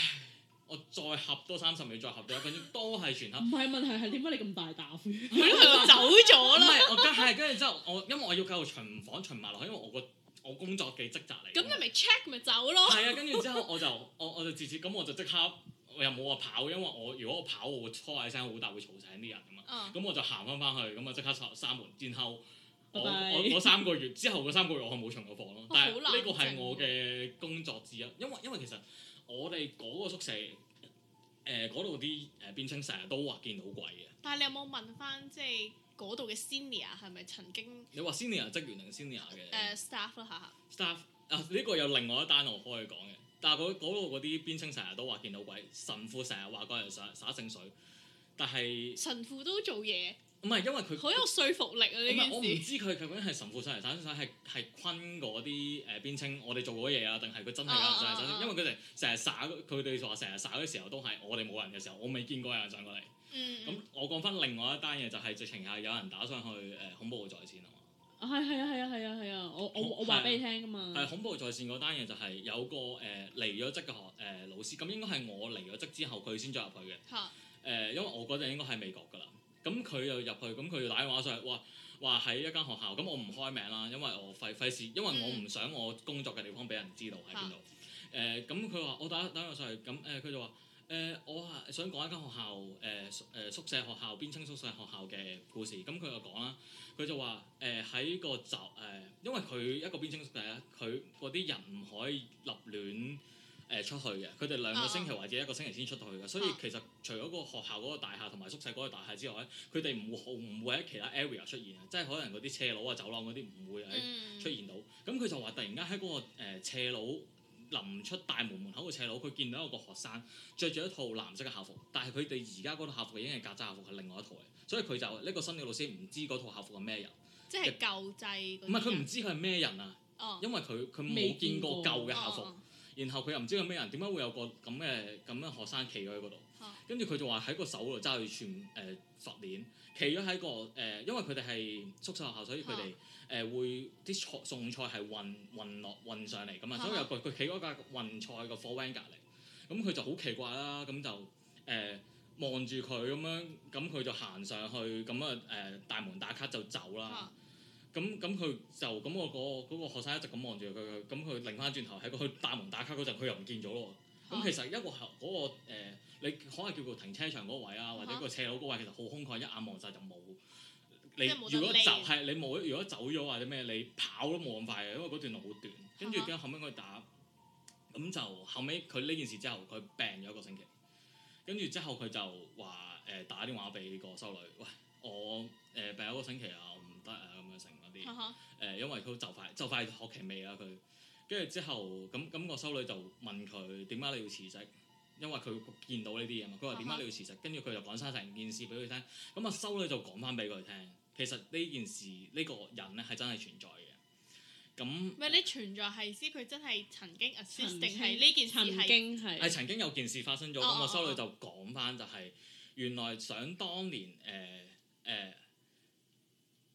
S2: 我再合多三十秒，再合多一分鐘，都係全黑。
S1: 唔係問題係點解你咁大膽嘅？
S3: 係咯，
S2: *laughs*
S3: 係我走咗
S2: 唔
S3: 啦。
S2: 係，我跟係跟住之後，我因為我要繼續巡房巡埋落去，因為我個我工作嘅職責嚟。
S3: 咁你咪 check 咪走咯。
S2: 係啊，跟住之後我就我我就自此咁我就即刻我又冇話跑，因為我如果我跑我會拖嗌聲好大，會嘈醒啲人啊嘛。
S3: 嗯，
S2: 咁我就行翻翻去，咁啊即刻閂閂門，然後我
S1: 拜拜
S2: 我我三個月之後嗰三個月我係冇巡過房咯，
S3: 哇
S2: 但係
S3: 好
S2: 呢個
S3: 冷靜
S2: 係
S3: 喎
S2: 我嘅工作之一，因為因為其實我哋嗰個宿舍誒嗰度啲誒邊青成日都話見到鬼嘅，
S3: 但係你有冇問翻即係嗰度嘅 senior 係咪曾經
S2: 你話 senior 職員定 senior 嘅
S3: 誒 staff 啦下下？
S2: staff 啊？呢個有另外一單我可以講嘅，但係嗰嗰度嗰啲邊青成日都話見到鬼，神父成日話嗰人灑灑聖水，但係
S3: 神父都做嘢，
S2: 唔係因為佢
S3: 好有說服力啊！
S2: 唔係，我
S3: 呢
S2: 唔
S3: 件事。
S2: 知佢究竟係神父上嚟散上係係坤嗰啲誒邊青，我哋做嗰嘢啊，定係佢真係有人上嚟散
S3: 啊啊啊啊
S2: 因為佢哋成日耍，佢哋話成日耍嘅時候都係我哋冇人嘅時候，我未見過有人上過嚟。
S3: 嗯，
S2: 咁、我講翻另外一單嘢就係、直情係有人打上去誒、恐怖在線啊嘛。
S1: 啊係係啊係啊係啊係啊！我我我話俾你聽㗎嘛。
S2: 係恐怖在線嗰單嘢就係有個誒、離咗職嘅學誒、老師，咁應該係我呃離咗職之後佢先再入去嘅。
S3: 嚇
S2: 誒、因為我嗰陣應該喺美國㗎啦，咁佢又入去，咁佢就打電話上嚟，話話喺一間學校，咁我唔開名啦，因為我費費事，因為我唔想我工作嘅地方呃俾人知道喺邊度。誒、咁佢話我打打電話上嚟，咁誒佢就話誒、我係想講一間學校誒誒、宿舍學校邊清宿舍學校嘅故事。咁佢就講啦，佢就話誒喺個集誒、呃因為佢一個邊清宿舍咧，佢嗰啲人唔可以立亂。誒、出去嘅，佢哋兩
S3: 啊
S2: 個
S3: 啊
S2: 星期或者一個星期先出到去嘅，所以
S3: 啊
S2: 其實除咗個學校嗰個大廈同埋宿舍嗰個大廈之外咧，佢哋唔會唔會喺其他 area 出現嘅，即係可能嗰啲斜路啊、走廊嗰啲唔會喺
S3: 嗯
S2: 出現到。咁佢就話突然間喺嗰個、呃、斜佬臨出大門門口嘅斜佬，佢見到有個學生着住一套藍色嘅校服，但係佢哋而家嗰套校服已經係曱甴校服，係另外一套嚟，所以佢就呢、個新嘅老師唔知嗰套校服係咩人，
S3: 即係舊制嗰啲
S2: 唔係佢
S3: 人
S2: 唔知佢係咩人啊，
S3: 哦
S2: 因為佢佢
S1: 未
S2: 冇見
S1: 見
S2: 過
S1: 過
S2: 舊嘅校
S3: 哦
S2: 服。
S3: 哦
S2: 然後佢又唔知佢咩人，點解會有個咁嘅咁嘅學生企咗喺嗰度
S3: 啊？
S2: 跟住佢就話喺個手度揸住串誒佛鏈，企咗喺個誒、呃因為佢哋係宿舍學校，所以佢哋誒會啲菜餸菜係運運落運上嚟噶嘛，
S3: 啊
S2: 所以有個佢企嗰架運菜個火 van 隔離，咁佢就好奇怪啦，咁就誒望住佢咁樣，咁佢就行上去，咁啊誒大門打卡就走啦。
S3: 啊
S2: 咁咁佢就咁我嗰、個嗰、個學生一直咁望住佢，佢咁佢擰翻轉頭喺個大門打卡嗰陣，佢又唔見咗咯喎。咁
S3: 啊
S2: 其實一個校嗰、個、呃、你可能叫做停車場嗰位啊，或者
S3: 啊
S2: 個斜路嗰位，其實好空曠，一眼望晒就冇。你
S3: 係冇得
S2: 如果
S3: 匿
S2: 走係你冇，如果走咗或者咩，你跑都冇咁快嘅，因為嗰段路好短。跟住
S3: 啊哈
S2: 跟後尾佢打，咁就後尾佢呢件事之後，佢病咗一個星期。跟住之後佢就話誒、呃打電話俾個修女，喂我誒、呃病咗一個星期啊，我唔得啊咁樣成嗰啲。
S3: 啊哈
S2: 誒、呃因為佢就快就快學期尾啦，啊佢跟住之後咁咁、個修女就問佢點解你要辭職，因為佢見到呢啲嘢嘛，佢話點解你要辭職，跟住佢就講晒成件事俾佢聽，咁啊修女就講翻俾佢聽，其實呢件事呢、個人咧係真係存在嘅，咁
S3: 唔係你存在係先，佢真係曾經 assist
S1: 曾
S3: 定
S1: 經
S3: 係呢件事
S1: 曾
S3: 係
S1: 經係
S2: 係曾經有件事發生咗，
S3: 哦
S2: 咁個
S3: 哦
S2: 修女
S3: 哦
S2: 就講翻就係原來想當年誒誒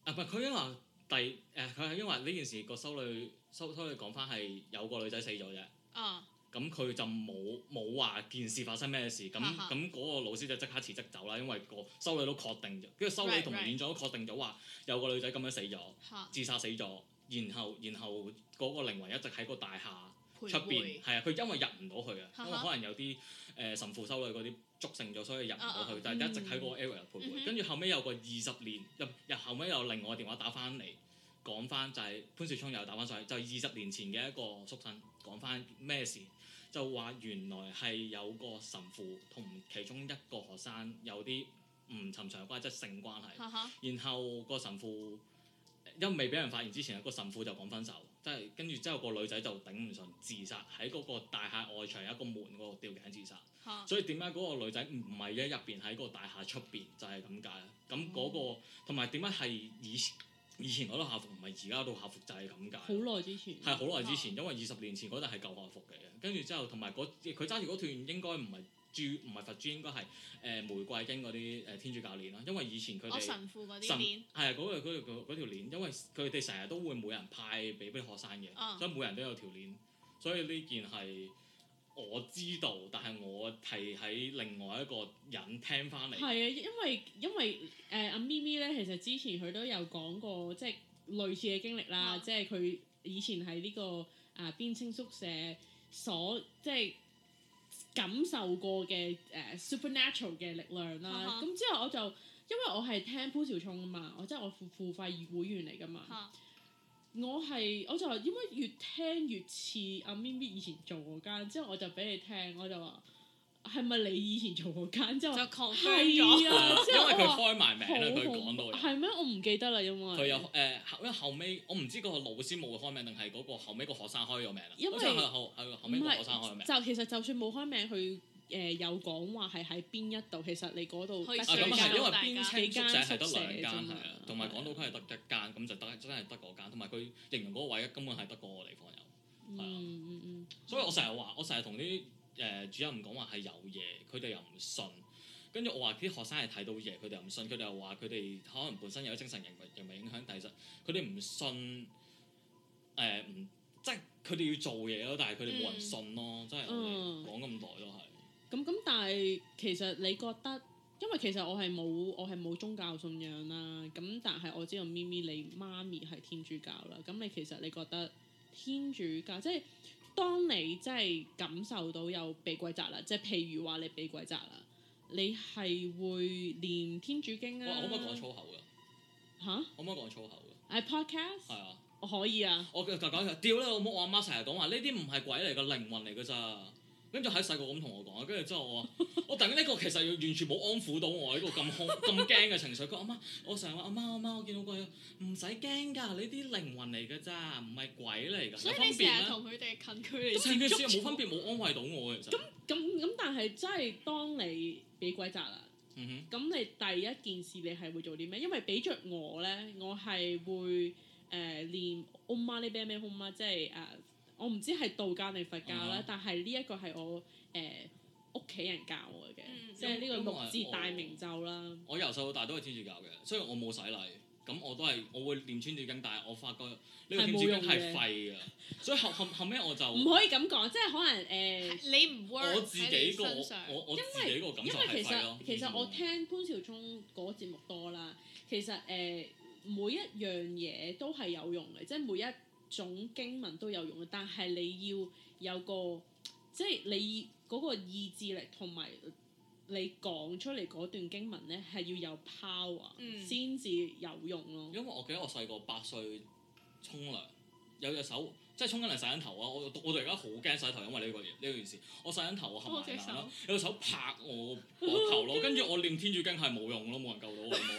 S2: 啊唔係佢因為第誒佢係因為呢件事個修女修修女講翻係有個女仔死咗啫。
S3: 啊
S2: 咁佢就冇冇話件事發生咩事，咁
S3: 哈哈
S2: 咁嗰個老師就即刻辭職走啦，因為個修女都確定咗，跟住修女
S3: Right,
S2: 同埋
S3: right.
S2: 院長都確定咗話有個女仔咁樣死咗，
S3: 嚇
S2: 自殺死咗，然後然後嗰個靈魂一直喺個大廈
S3: 徘
S2: 出邊，
S3: 徊
S2: 係啊，佢因為入唔到去啊，
S3: 哈
S2: 因為
S3: 哈
S2: 可能有啲誒、呃神父修女嗰啲捉聖咗，所以入唔到
S3: 啊
S2: 去
S3: 啊，
S2: 但係一直喺嗰個 area 徘
S3: 嗯
S2: 徊，
S3: 哼
S2: 跟住後尾有個二十年入入後尾有另外電話打翻嚟。講翻就係潘兆聰又打翻上去，就係二十年前嘅一個宿生講翻咩事，就話原來係有個神父同其中一個學生有啲唔尋常嘅關係，即係性關係。
S3: 嚇嚇
S2: 然後個神父因未俾人發現之前，個神父就講分手，即係跟住之後個女仔就頂唔順自殺，喺嗰個大廈外牆有一個門嗰度吊頸自殺。
S3: 嚇
S2: 所以點解嗰個女仔唔係喺入邊，喺個大廈出邊就係咁解啦。咁嗰、個同埋點解係以前以前嗰套校服唔係而家嗰套校服就係咁解。
S1: 好耐之前，
S2: 係好耐之
S3: 啊
S2: 前，因為二十年前嗰陣係舊校服嚟嘅，跟住之後同埋嗰佢揸住嗰段應該唔係珠唔係佛珠，應該係誒、呃玫瑰經嗰啲誒天主教練啦，因為以前佢哋
S3: 我哦神父嗰啲
S2: 神
S3: 鏈
S2: 係啊嗰條嗰條嗰條鏈，因為佢哋成日都會每人派俾啲學生嘅，
S1: 嗯
S3: 啊
S2: 所以每人都有條鏈，所以呢件係我知道，但係我係喺另外一個人聽翻嚟
S1: 係啊，因為因為誒阿咪咪咧，其實之前佢都有講過，即係類似嘅經歷啦，
S3: 啊
S1: 即係佢以前喺呢、個啊邊青宿舍所即係感受過嘅誒、呃 supernatural 嘅力量啦
S3: 啊哈。
S1: 咁、之後我就因為我係聽潘兆聰啊嘛，我即係我付付費會員嚟噶嘛。
S3: 嚇
S1: 我係我就話應該越聽越似阿咪咪以前做嗰間，之後我就俾你聽，我就話係咪你以前做嗰間？之後
S3: 就
S1: 我
S3: confirm 咗
S1: 係
S2: 係
S1: 啊，
S2: 啊
S1: 之
S2: 因
S1: 後我
S2: 為佢
S1: 話
S2: 開埋名啦，佢
S1: 好
S2: 講
S1: 恐
S2: 到
S1: 怖，
S2: 人。
S1: 係咩？我唔記得啦，因為
S2: 佢有誒後，因為後尾我唔知個老師冇開名定係嗰個後尾個學生開咗名啦。
S1: 因為
S2: 好似係後係後尾個學生開咗名。
S1: 就其實就算冇開名，佢誒、有講話係喺邊一度，其實你嗰度
S3: 可以
S1: 得
S2: 啊咁
S1: 幾
S2: 係
S3: 上
S1: 間
S2: 因為
S3: 大家
S2: 邊青宿舍係得兩
S1: 幾
S2: 間
S1: 間宿舍啫
S2: 係
S1: 嘛
S2: 啊，同埋港島區係得一間，咁就得真係得嗰間，同埋佢形容嗰個位根本係得嗰個地方有。
S1: 嗯嗯嗯，
S2: 所以我成日話，我成日同啲誒主任講話係有嘢，佢哋又唔信。跟住我話啲學生係睇到嘢，佢哋又唔信，佢哋又話佢哋可能本身有精神人物人物影響，但係其實佢哋唔信誒唔、即係佢哋要做嘢咯，但係佢哋冇人信咯，真係我哋
S1: 嗯
S2: 講咁耐都係。
S1: 咁咁，但係其實你覺得，因為其實我係冇我係冇宗教信仰啦，咁但係我知道咪咪你媽咪係天主教啦，咁你其實你覺得天主教即係當你真係感受到有被鬼責啦，即係譬如話你被鬼責啦，你係會念天主經
S2: 我
S1: 啊？
S2: 可唔可以講粗口㗎？
S1: 嚇？
S2: 可唔可以講粗口㗎？
S1: 係 podcast，
S2: 係啊，
S1: 我可以啊。
S2: 我就講佢屌你老母！我阿媽成日講話呢啲唔係鬼嚟嘅靈魂嚟㗎咋。跟住喺細個咁同我講，跟住之後我話我突然間呢個其實要完全冇安撫到我呢個咁恐咁驚嘅情緒。佢話阿媽，我成日話阿媽阿媽，我見到鬼啊唔使驚㗎，你啲靈魂嚟㗎咋，唔係鬼嚟㗎。
S3: 所以
S2: 有分
S3: 你
S2: 別
S3: 成
S2: 咩
S3: 日同佢哋近距
S2: 咁成
S3: 離
S2: 件
S3: 接
S2: 事又
S3: 觸，
S2: 冇分別，冇安慰到我嘅其實。
S1: 咁咁，但係真係當你俾鬼砸啦，
S2: 嗯
S1: 咁你第一件事你係會做啲咩？因為俾着我咧，我係會誒、呃、念 Om Mani p a m e h o m 啦，即係誒、呃我唔知係道教定佛教啦，
S2: 嗯
S1: 但係呢一個係我誒屋企人教我嘅，
S3: 嗯
S1: 即係呢個
S2: 因為
S1: 六字大明咒啦
S2: 哼，。我由細到大都係天主教嘅，雖然我冇洗禮，咁我都係我會念天主經，但係我發覺呢個
S1: 係冇
S2: 天主經
S1: 用嘅
S2: 係廢嘅，所以後後後尾我就
S1: 唔可以咁講，即係可能誒。呃
S3: 你唔 work
S2: 我自己
S3: 喺
S2: 個
S3: 你身上
S2: 我我自己個感
S1: 因
S2: 受
S1: 為
S2: 係
S1: 其
S2: 廢咯
S1: 實。其實我
S2: 嗯
S1: 聽潘兆聰嗰個節目多啦，其實誒、呃每一樣嘢都係有用嘅，即係每一種經文都有用嘅，但係你要有個即係你嗰個意志力同埋你講出嚟嗰段經文咧係要有 power
S3: 嗯
S1: 先至有用咯。
S2: 因為我記得我細個八歲沖涼，有隻手即係沖緊嚟洗緊頭啊！我我到而家好驚洗頭，因為呢個嘢呢件事，我洗緊頭我
S1: 哦
S2: 合埋眼啦
S3: 多，
S2: 有隻手拍我個膊頭咯，跟住我念天主經係冇用咯，冇人救到我老
S1: *laughs*
S2: 母，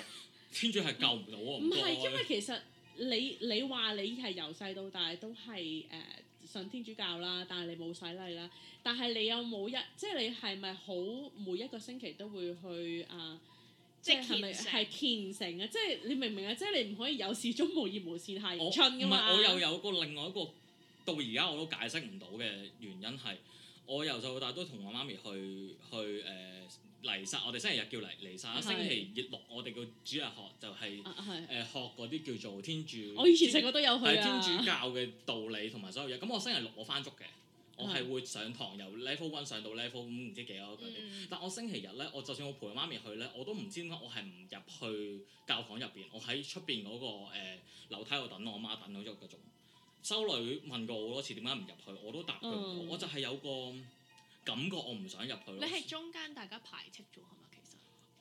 S2: 天主係救唔到我，
S1: 唔
S2: 該
S1: 係，因為其實你你話你係由細到大都係誒、呃信天主教啦，但係你冇洗禮啦。但係你有冇一即係你係咪好每一個星期都會去啊？
S3: 即係
S1: 係係咪
S3: 虔誠
S1: 係虔誠啊？即係你明唔明啊？即係你唔可以有事中無義無事下
S2: 我
S1: 迎
S2: 唔
S1: 春噶嘛？
S2: 係我又有個另外一個到而家我都解釋唔到嘅原因係，我由細到大都同我媽咪去去誒、呃、彌撒，我哋星期日叫彌彌撒，
S1: 啊係
S2: 星期六我哋叫主日學就係、
S1: 啊係
S2: 誒、學嗰啲叫做天主，
S1: 我以前細個都有去
S2: 係
S1: 啊。
S2: 天主教嘅道理同埋所有嘢。咁我星期六我翻足嘅，我
S1: 啊
S2: 係會上堂由 level one 上到 level 五唔知幾多嗰啲。
S3: 嗯
S2: 但我星期日咧，我就算我陪我媽咪去咧，我都唔知點解我係唔入去教堂入邊，我喺出邊嗰個誒、呃、樓梯度等我媽等咗一個鐘。修女問過我好多次點解唔入去，我都答佢唔到。
S1: 嗯
S2: 我就係有個感覺我唔想入去
S3: 你
S2: 咯。
S3: 係中間大家排斥咗係嘛？其實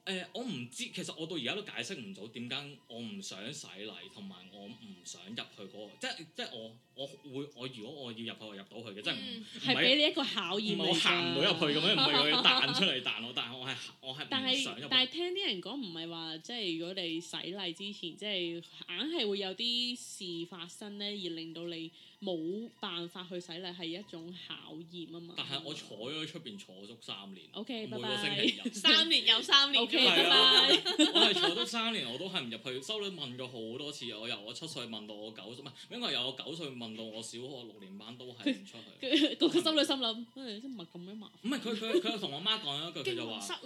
S2: 誒、我唔知，其實我到而家都解釋唔到點解我唔想洗禮，同埋我唔想入去嗰、個，即係即係我我會我如果我要入去，我入到去嘅，即係唔
S3: 嗯
S2: 唔
S1: 係俾
S2: 係
S1: 你一個考驗
S2: 唔
S1: 嚟
S2: 係我
S1: 㗎
S2: 行唔到入去咁樣，唔係我要彈出嚟彈我，但係我係我
S1: 但
S2: 係唔想
S1: 係
S2: 入去
S1: 但係聽啲人講唔係話即係如果你洗禮之前，即係硬係會有啲事發生咧，而令到你冇辦法去洗禮係一種考驗啊嘛。
S2: 但係我坐咗喺出邊坐足三年，
S1: O
S2: 每
S1: K，拜
S2: 個星
S1: 拜。
S2: 期
S3: *laughs*
S2: 日，
S3: 嗯三年又
S2: *laughs*
S3: 三年
S1: O
S3: 㗎
S1: K，
S3: 嘛
S1: 拜
S2: 係啊
S1: 拜。
S2: 我係坐足三年，我都係唔入去。修女問過好多次，我由我七歲問到我九歲，唔係應該由我九歲問到我小學六年班都係唔出去。
S1: 佢個心裏心諗，唉，真唔係咁樣麻
S2: 唔係佢佢佢有同我媽講
S3: *laughs*
S2: 咗一句，佢
S3: 經
S2: 就
S3: 文
S2: 話
S3: 室。啊，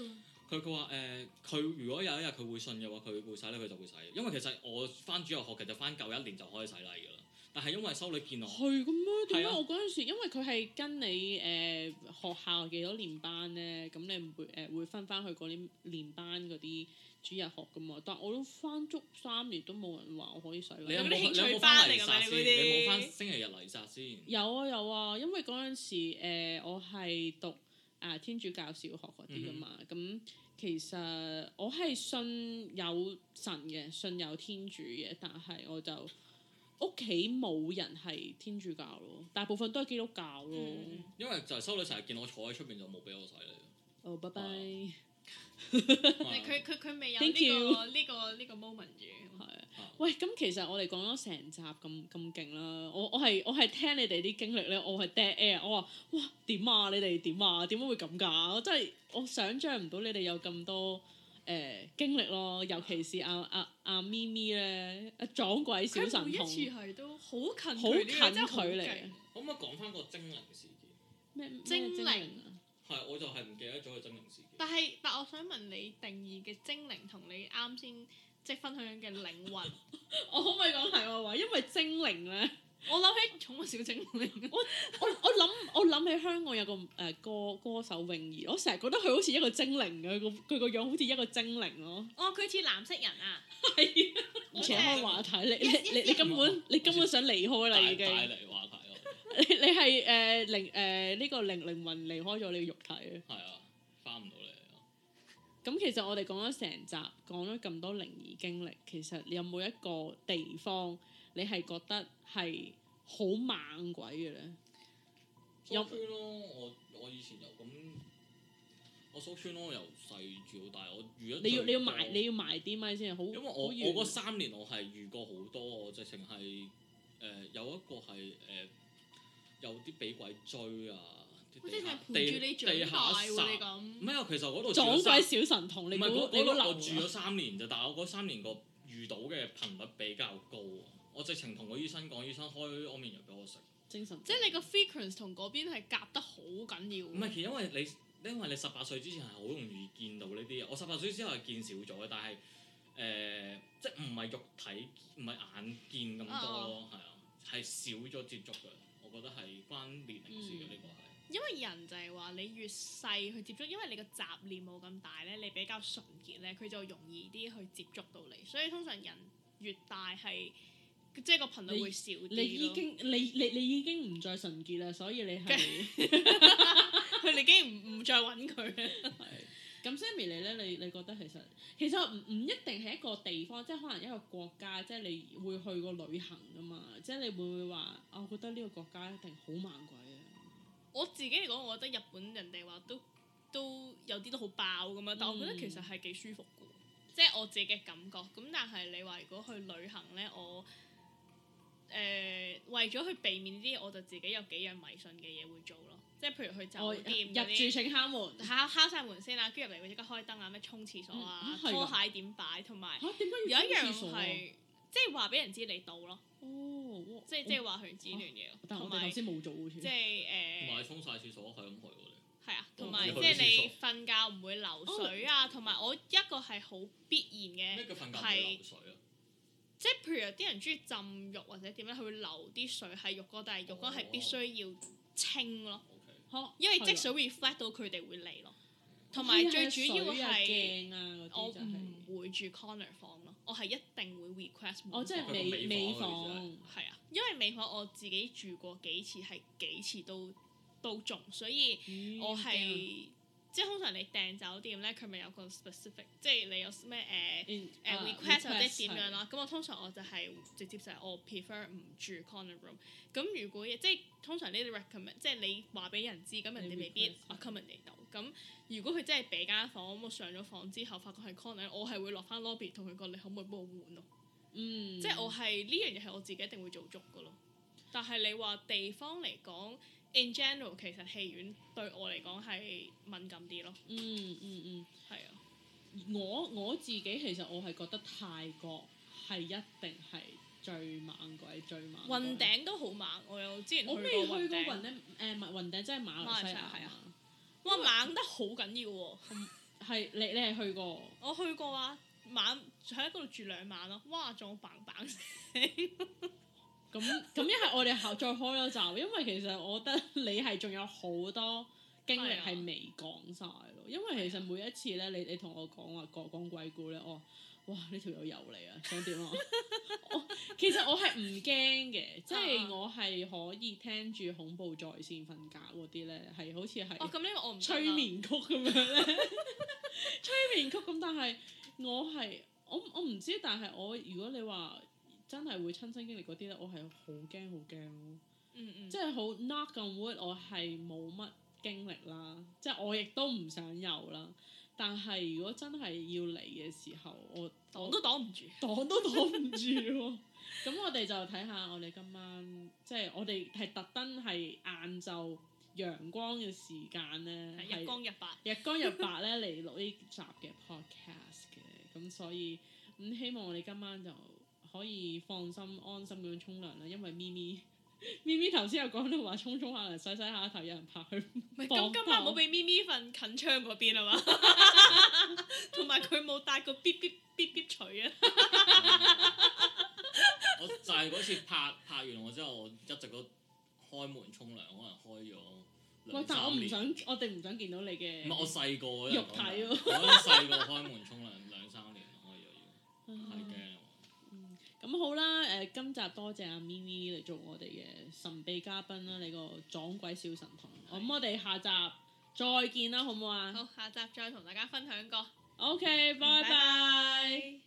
S2: 佢佢話誒，佢如果有一日佢會信嘅話，佢會洗禮，佢就會洗。因為其實我翻主日學其實翻夠一年就可以洗禮㗎啦。但係因為修女見
S3: *laughs*
S2: 我，
S1: 係咁咩？點
S2: 係
S1: 解
S2: 啊
S1: 我嗰陣時，因為佢係跟你誒、呃、學校幾多年班咧，咁你會誒、呃、會分翻去嗰啲年班嗰啲主日學噶嘛？但我都翻足三年都冇人話我可以洗
S2: 你有
S1: 禮。
S2: 冇
S3: 嗰啲興
S2: 你有
S3: 趣
S2: 冇
S3: 班
S2: 翻
S3: 嚟
S2: 嚟
S3: 㗎嘛
S2: 殺
S3: 你
S2: 先？
S3: 嗰
S2: 你
S3: 啲
S2: 冇翻星期日嚟殺先？
S1: 有啊有啊，因為嗰陣時、呃、我係讀啊、天主教小學嗰啲噶嘛，咁、其實我係信有神嘅，信有天主嘅，但係我就屋企冇人係天主教咯，大部分都係基督教咯。
S3: 嗯
S2: 因為就係修女成日見我坐喺出邊就冇俾我洗
S3: *laughs*
S2: 禮。啊
S1: 哦，拜拜，係
S2: 哦
S3: 你佢佢佢未有
S1: Thank
S3: 呢個呢個呢個 moment 住。
S1: 啊。喂，咁其實我哋講咗成集咁咁勁啦，我我係我係聽你哋啲經歷咧，我係 dead air，我話哇點啊，你哋點啊，點解會咁㗎？我真係我想像唔到你哋有咁多誒、呃、經歷咯，尤其是阿阿阿咪咪咧，啊撞鬼小
S3: 佢
S1: 神
S3: 每一
S1: 童，
S3: 次係都好近
S1: 好
S3: 距
S1: 近距
S3: 離呢個真係好
S1: 離
S3: 勁
S1: 啊。
S2: 可唔可以講翻個精靈事件？
S1: 咩咩
S3: 精
S1: 靈
S3: 靈
S1: 啊？
S2: 係，我就係唔記得咗個精靈事件。
S3: 但係，但我想問你定義嘅精靈同你啱先即係分享嘅靈
S1: *laughs*
S3: 魂，
S1: 我可唔可以講題外話？因為精靈咧，
S3: 我諗起寵物小精
S1: *laughs*
S3: 靈。
S1: 我我諗我諗起香港有個誒、呃歌歌手泳兒，我成日覺得佢好似一個精靈嘅，佢個佢個樣好似一個精靈咯。
S3: 哦，佢似藍色人啊！
S1: 而且開話題，你
S3: 一
S1: 你你你根本你根本想離開啦
S2: 大
S1: 已經，
S2: 帶嚟話題啊我
S1: 你你係呃誒靈誒呢個靈靈魂離開咗你嘅肉體啊！
S2: 係啊，翻唔到嚟啊。
S1: 咁其實我哋講咗成集，講咗咁多靈異經歷，其實你有冇一個地方你係覺得係好猛鬼嘅咧？有
S2: 有村咯，我我以前有咁，我蘇村咯，由細住到大，我遇咗
S1: 你要你要
S2: 最多
S1: 埋你要埋啲咪先，好
S2: 因為我
S1: 好
S2: 我
S1: 遠
S2: 嗰三年我係遇過好多，我直情係誒有一個係誒、呃有啲俾鬼追啊，啲地
S3: 我真係
S2: 下
S3: 陪住
S2: 地
S3: 你
S2: 地
S3: 長
S2: 下
S3: 大喎！你
S2: 殺。唔
S3: 咁
S2: 係啊，其實嗰度住
S1: 撞
S2: 咗三
S1: 鬼小神童，你
S2: 唔
S1: 估
S2: 係嗰
S1: 你
S2: 嗰
S1: 估
S2: 度我
S1: 流
S2: 住咗三年咋，但係我嗰三年個遇到嘅頻率比較高啊。我直情同個醫生講，醫生開安眠藥俾我食。
S1: 精神，
S3: 即係你個 frequency 同嗰邊係夾得好緊要。
S2: 唔係，其實因為你因為你十八歲之前係好容易見到呢啲嘢，我十八歲之後係見少咗嘅，但係誒、呃即係唔係肉體唔係眼見咁多咯，係啊，係少咗接觸嘅，我覺得係關年齡事嘅呢個係。
S3: 因為人就係話你越細去接觸，因為你個雜念冇咁大咧，你比較純潔咧，佢就容易啲去接觸到你。所以通常人越大係即係個頻率會少啲
S1: 你已
S3: 咯
S1: 經你你你已經唔再純潔啦，所以你係
S3: 佢哋已經唔唔再揾佢啦。
S1: 係咁 Sammy 你咧，你你覺得其實其實唔唔一定係一個地方，即係可能一個國家，即係你會去過旅行噶嘛，即係你會唔會話啊？我覺得呢個國家一定好猛鬼啊！
S3: 我自己嚟講，我覺得日本人哋話都都有啲都好爆咁嘛，但
S1: 嗯
S3: 我覺得其實係幾舒服嘅，即係我自己嘅感覺。咁但係你話如果去旅行咧，我誒、呃、為咗去避免呢啲，我就自己有幾樣迷信嘅嘢會做咯，即係譬如去
S1: 我
S3: 酒店嗰
S1: 入住
S3: 啲。
S1: 請敲門嚇，
S3: 敲敲晒門先啦，跟住入嚟會即刻開燈啊，咩沖廁所
S1: 嗯
S3: 啊
S1: 啊，係㗎
S3: 拖鞋點擺，同埋
S1: 點解
S3: 有一
S1: 要
S3: 樣
S1: 沖廁所啊？
S3: 係即係話俾人知你到咯，
S1: 哦，哇
S3: 即係即係話佢唔知呢樣嘢咯，
S1: 哦但係
S3: 同
S1: 我哋頭
S3: 埋即
S1: 先冇做喎，
S3: 係
S1: 添
S2: 同
S3: 誒
S2: 埋沖晒廁所係咁去我哋。
S3: 係啊，同
S1: 我
S3: 埋
S1: 要
S3: 即
S1: 哦去哦
S3: 係
S2: 廁
S3: 你瞓覺唔會流水啊，同埋我一個係好必然
S2: 咩
S3: 嘅，
S2: 叫瞓覺唔會流水啊？
S3: 即係譬如有啲人中意浸浴或者點咧，佢會流啲水喺浴缸，但係浴缸係必須要清咯，
S2: O K，
S1: 嚇
S3: 因為
S1: 哦係啊哦
S3: 積水 reflect 到佢哋會嚟咯，同埋最主要
S1: 係啊
S3: 係
S1: 鏡啊嗰啲
S3: 我
S1: 就係，
S3: 唔會住 corner 房咯，我係一定會 request
S1: 我哦即係
S3: 係
S1: 美美
S2: 美
S1: 房
S2: 房，
S3: 係啊，因為美房我自己住過幾次，係幾次都都中，所以。
S1: 咦
S3: 我
S1: 好驚啊
S3: 係即係通常你訂酒店咧，佢咪有個 specific，即係你有咩
S1: In-
S3: 誒誒
S1: 啊
S3: request 或者點
S1: 係
S3: 樣啦。咁我通常我就係直接就係我 prefer 唔住 corner room。咁如果即係通常呢啲 recommend，即係你話俾人知，咁人
S1: 你
S3: 哋未必
S1: request
S3: accommodate 到。咁如果佢真係俾間房，咁我上咗房之後發覺係 corner，我係會落翻 lobby 同佢講你可唔可以幫我換咯。
S1: 嗯，
S3: 即係我係呢樣嘢係我自己一定會做足噶咯。但係你話地方嚟講，in general 其實戲院對我嚟講係敏感啲咯，
S1: 嗯嗯嗯。
S3: 係啊，
S1: 我我自己其實我係覺得泰國係一定係最猛鬼最猛鬼。
S3: 雲頂都好猛，我有之前去
S1: 我
S3: 過
S1: 未去過
S3: 雲
S1: 雲頂，
S3: 頂，
S1: 誒唔係雲頂，即係馬來西亞
S3: 馬來西亞係
S1: 啊
S3: 啊哇猛得好緊要喎！
S1: 係你你係去過？
S3: 我去過啊，晚喺嗰度住兩晚咯，哇仲棒棒聲，
S1: 咁咁一係我哋後再開咗集，因為其實我覺得你係仲有好多經歷係未講晒咯。因為其實每一次咧，你你同我講話講講鬼故咧，我話哇呢條友又嚟啊，想點
S3: *laughs*
S1: 啊？我其實我係唔驚嘅，即
S3: 啊啊
S1: 係我係可以聽住恐怖在線瞓覺嗰啲咧，係好似
S3: *laughs* 哦
S1: 係
S3: 咁呢個我唔得啦
S1: 催，眠曲咁樣 *laughs* 咧，催眠曲咁。但係我係我我唔知，但係我如果你話真係會親身經歷嗰啲咧，我係好驚好驚咯。
S3: 嗯嗯，
S1: 即係好 knock on wood，我係冇乜經歷啦，即係我亦都唔想有啦。但係如果真係要嚟嘅時候，我
S3: 擋
S1: 我
S3: 都擋唔住，
S1: 擋都擋唔住喎。咁我哋就睇下我哋今晚，即係我哋係特登係晏晝陽光嘅時間咧，
S3: 係日
S1: 係
S3: 光日白，
S1: 日光日白咧嚟錄呢集嘅 podcast 嘅。咁所以咁、希望我哋今晚就可以放心安心咁樣沖涼啦，因為咪咪。 *laughs* 咪咪頭先有講到話沖沖下嚟洗洗下頭，有人拍佢。
S3: 唔係
S1: 防
S3: 咁今晚
S1: 爆
S3: 冇俾咪咪瞓近窗嗰邊啊嘛， *laughs* 同埋佢冇帶個咇咇咇咇錘啊。
S2: *laughs* 我就係嗰次拍拍完我之後，我一直都開門沖涼，可能開咗
S1: 喂
S2: 兩，
S1: 但我
S2: 三
S1: 唔
S2: 年。
S1: 想，我哋唔想見到你嘅。
S2: 唔係我細個嗰
S1: 肉
S2: 陣
S1: 體
S2: 講
S1: 喎
S2: 我嗰陣細個開門沖涼兩三年，我以為
S1: *laughs*
S2: 要太
S1: 唉
S2: 驚啊啦。
S1: 咁好啦，誒、今集多謝阿咪咪嚟做我哋嘅神秘嘉賓啦，你個撞鬼小神童。咁我哋下集再見啦，好唔好啊？
S3: 好，下集再同大家分享個
S1: OK，拜拜。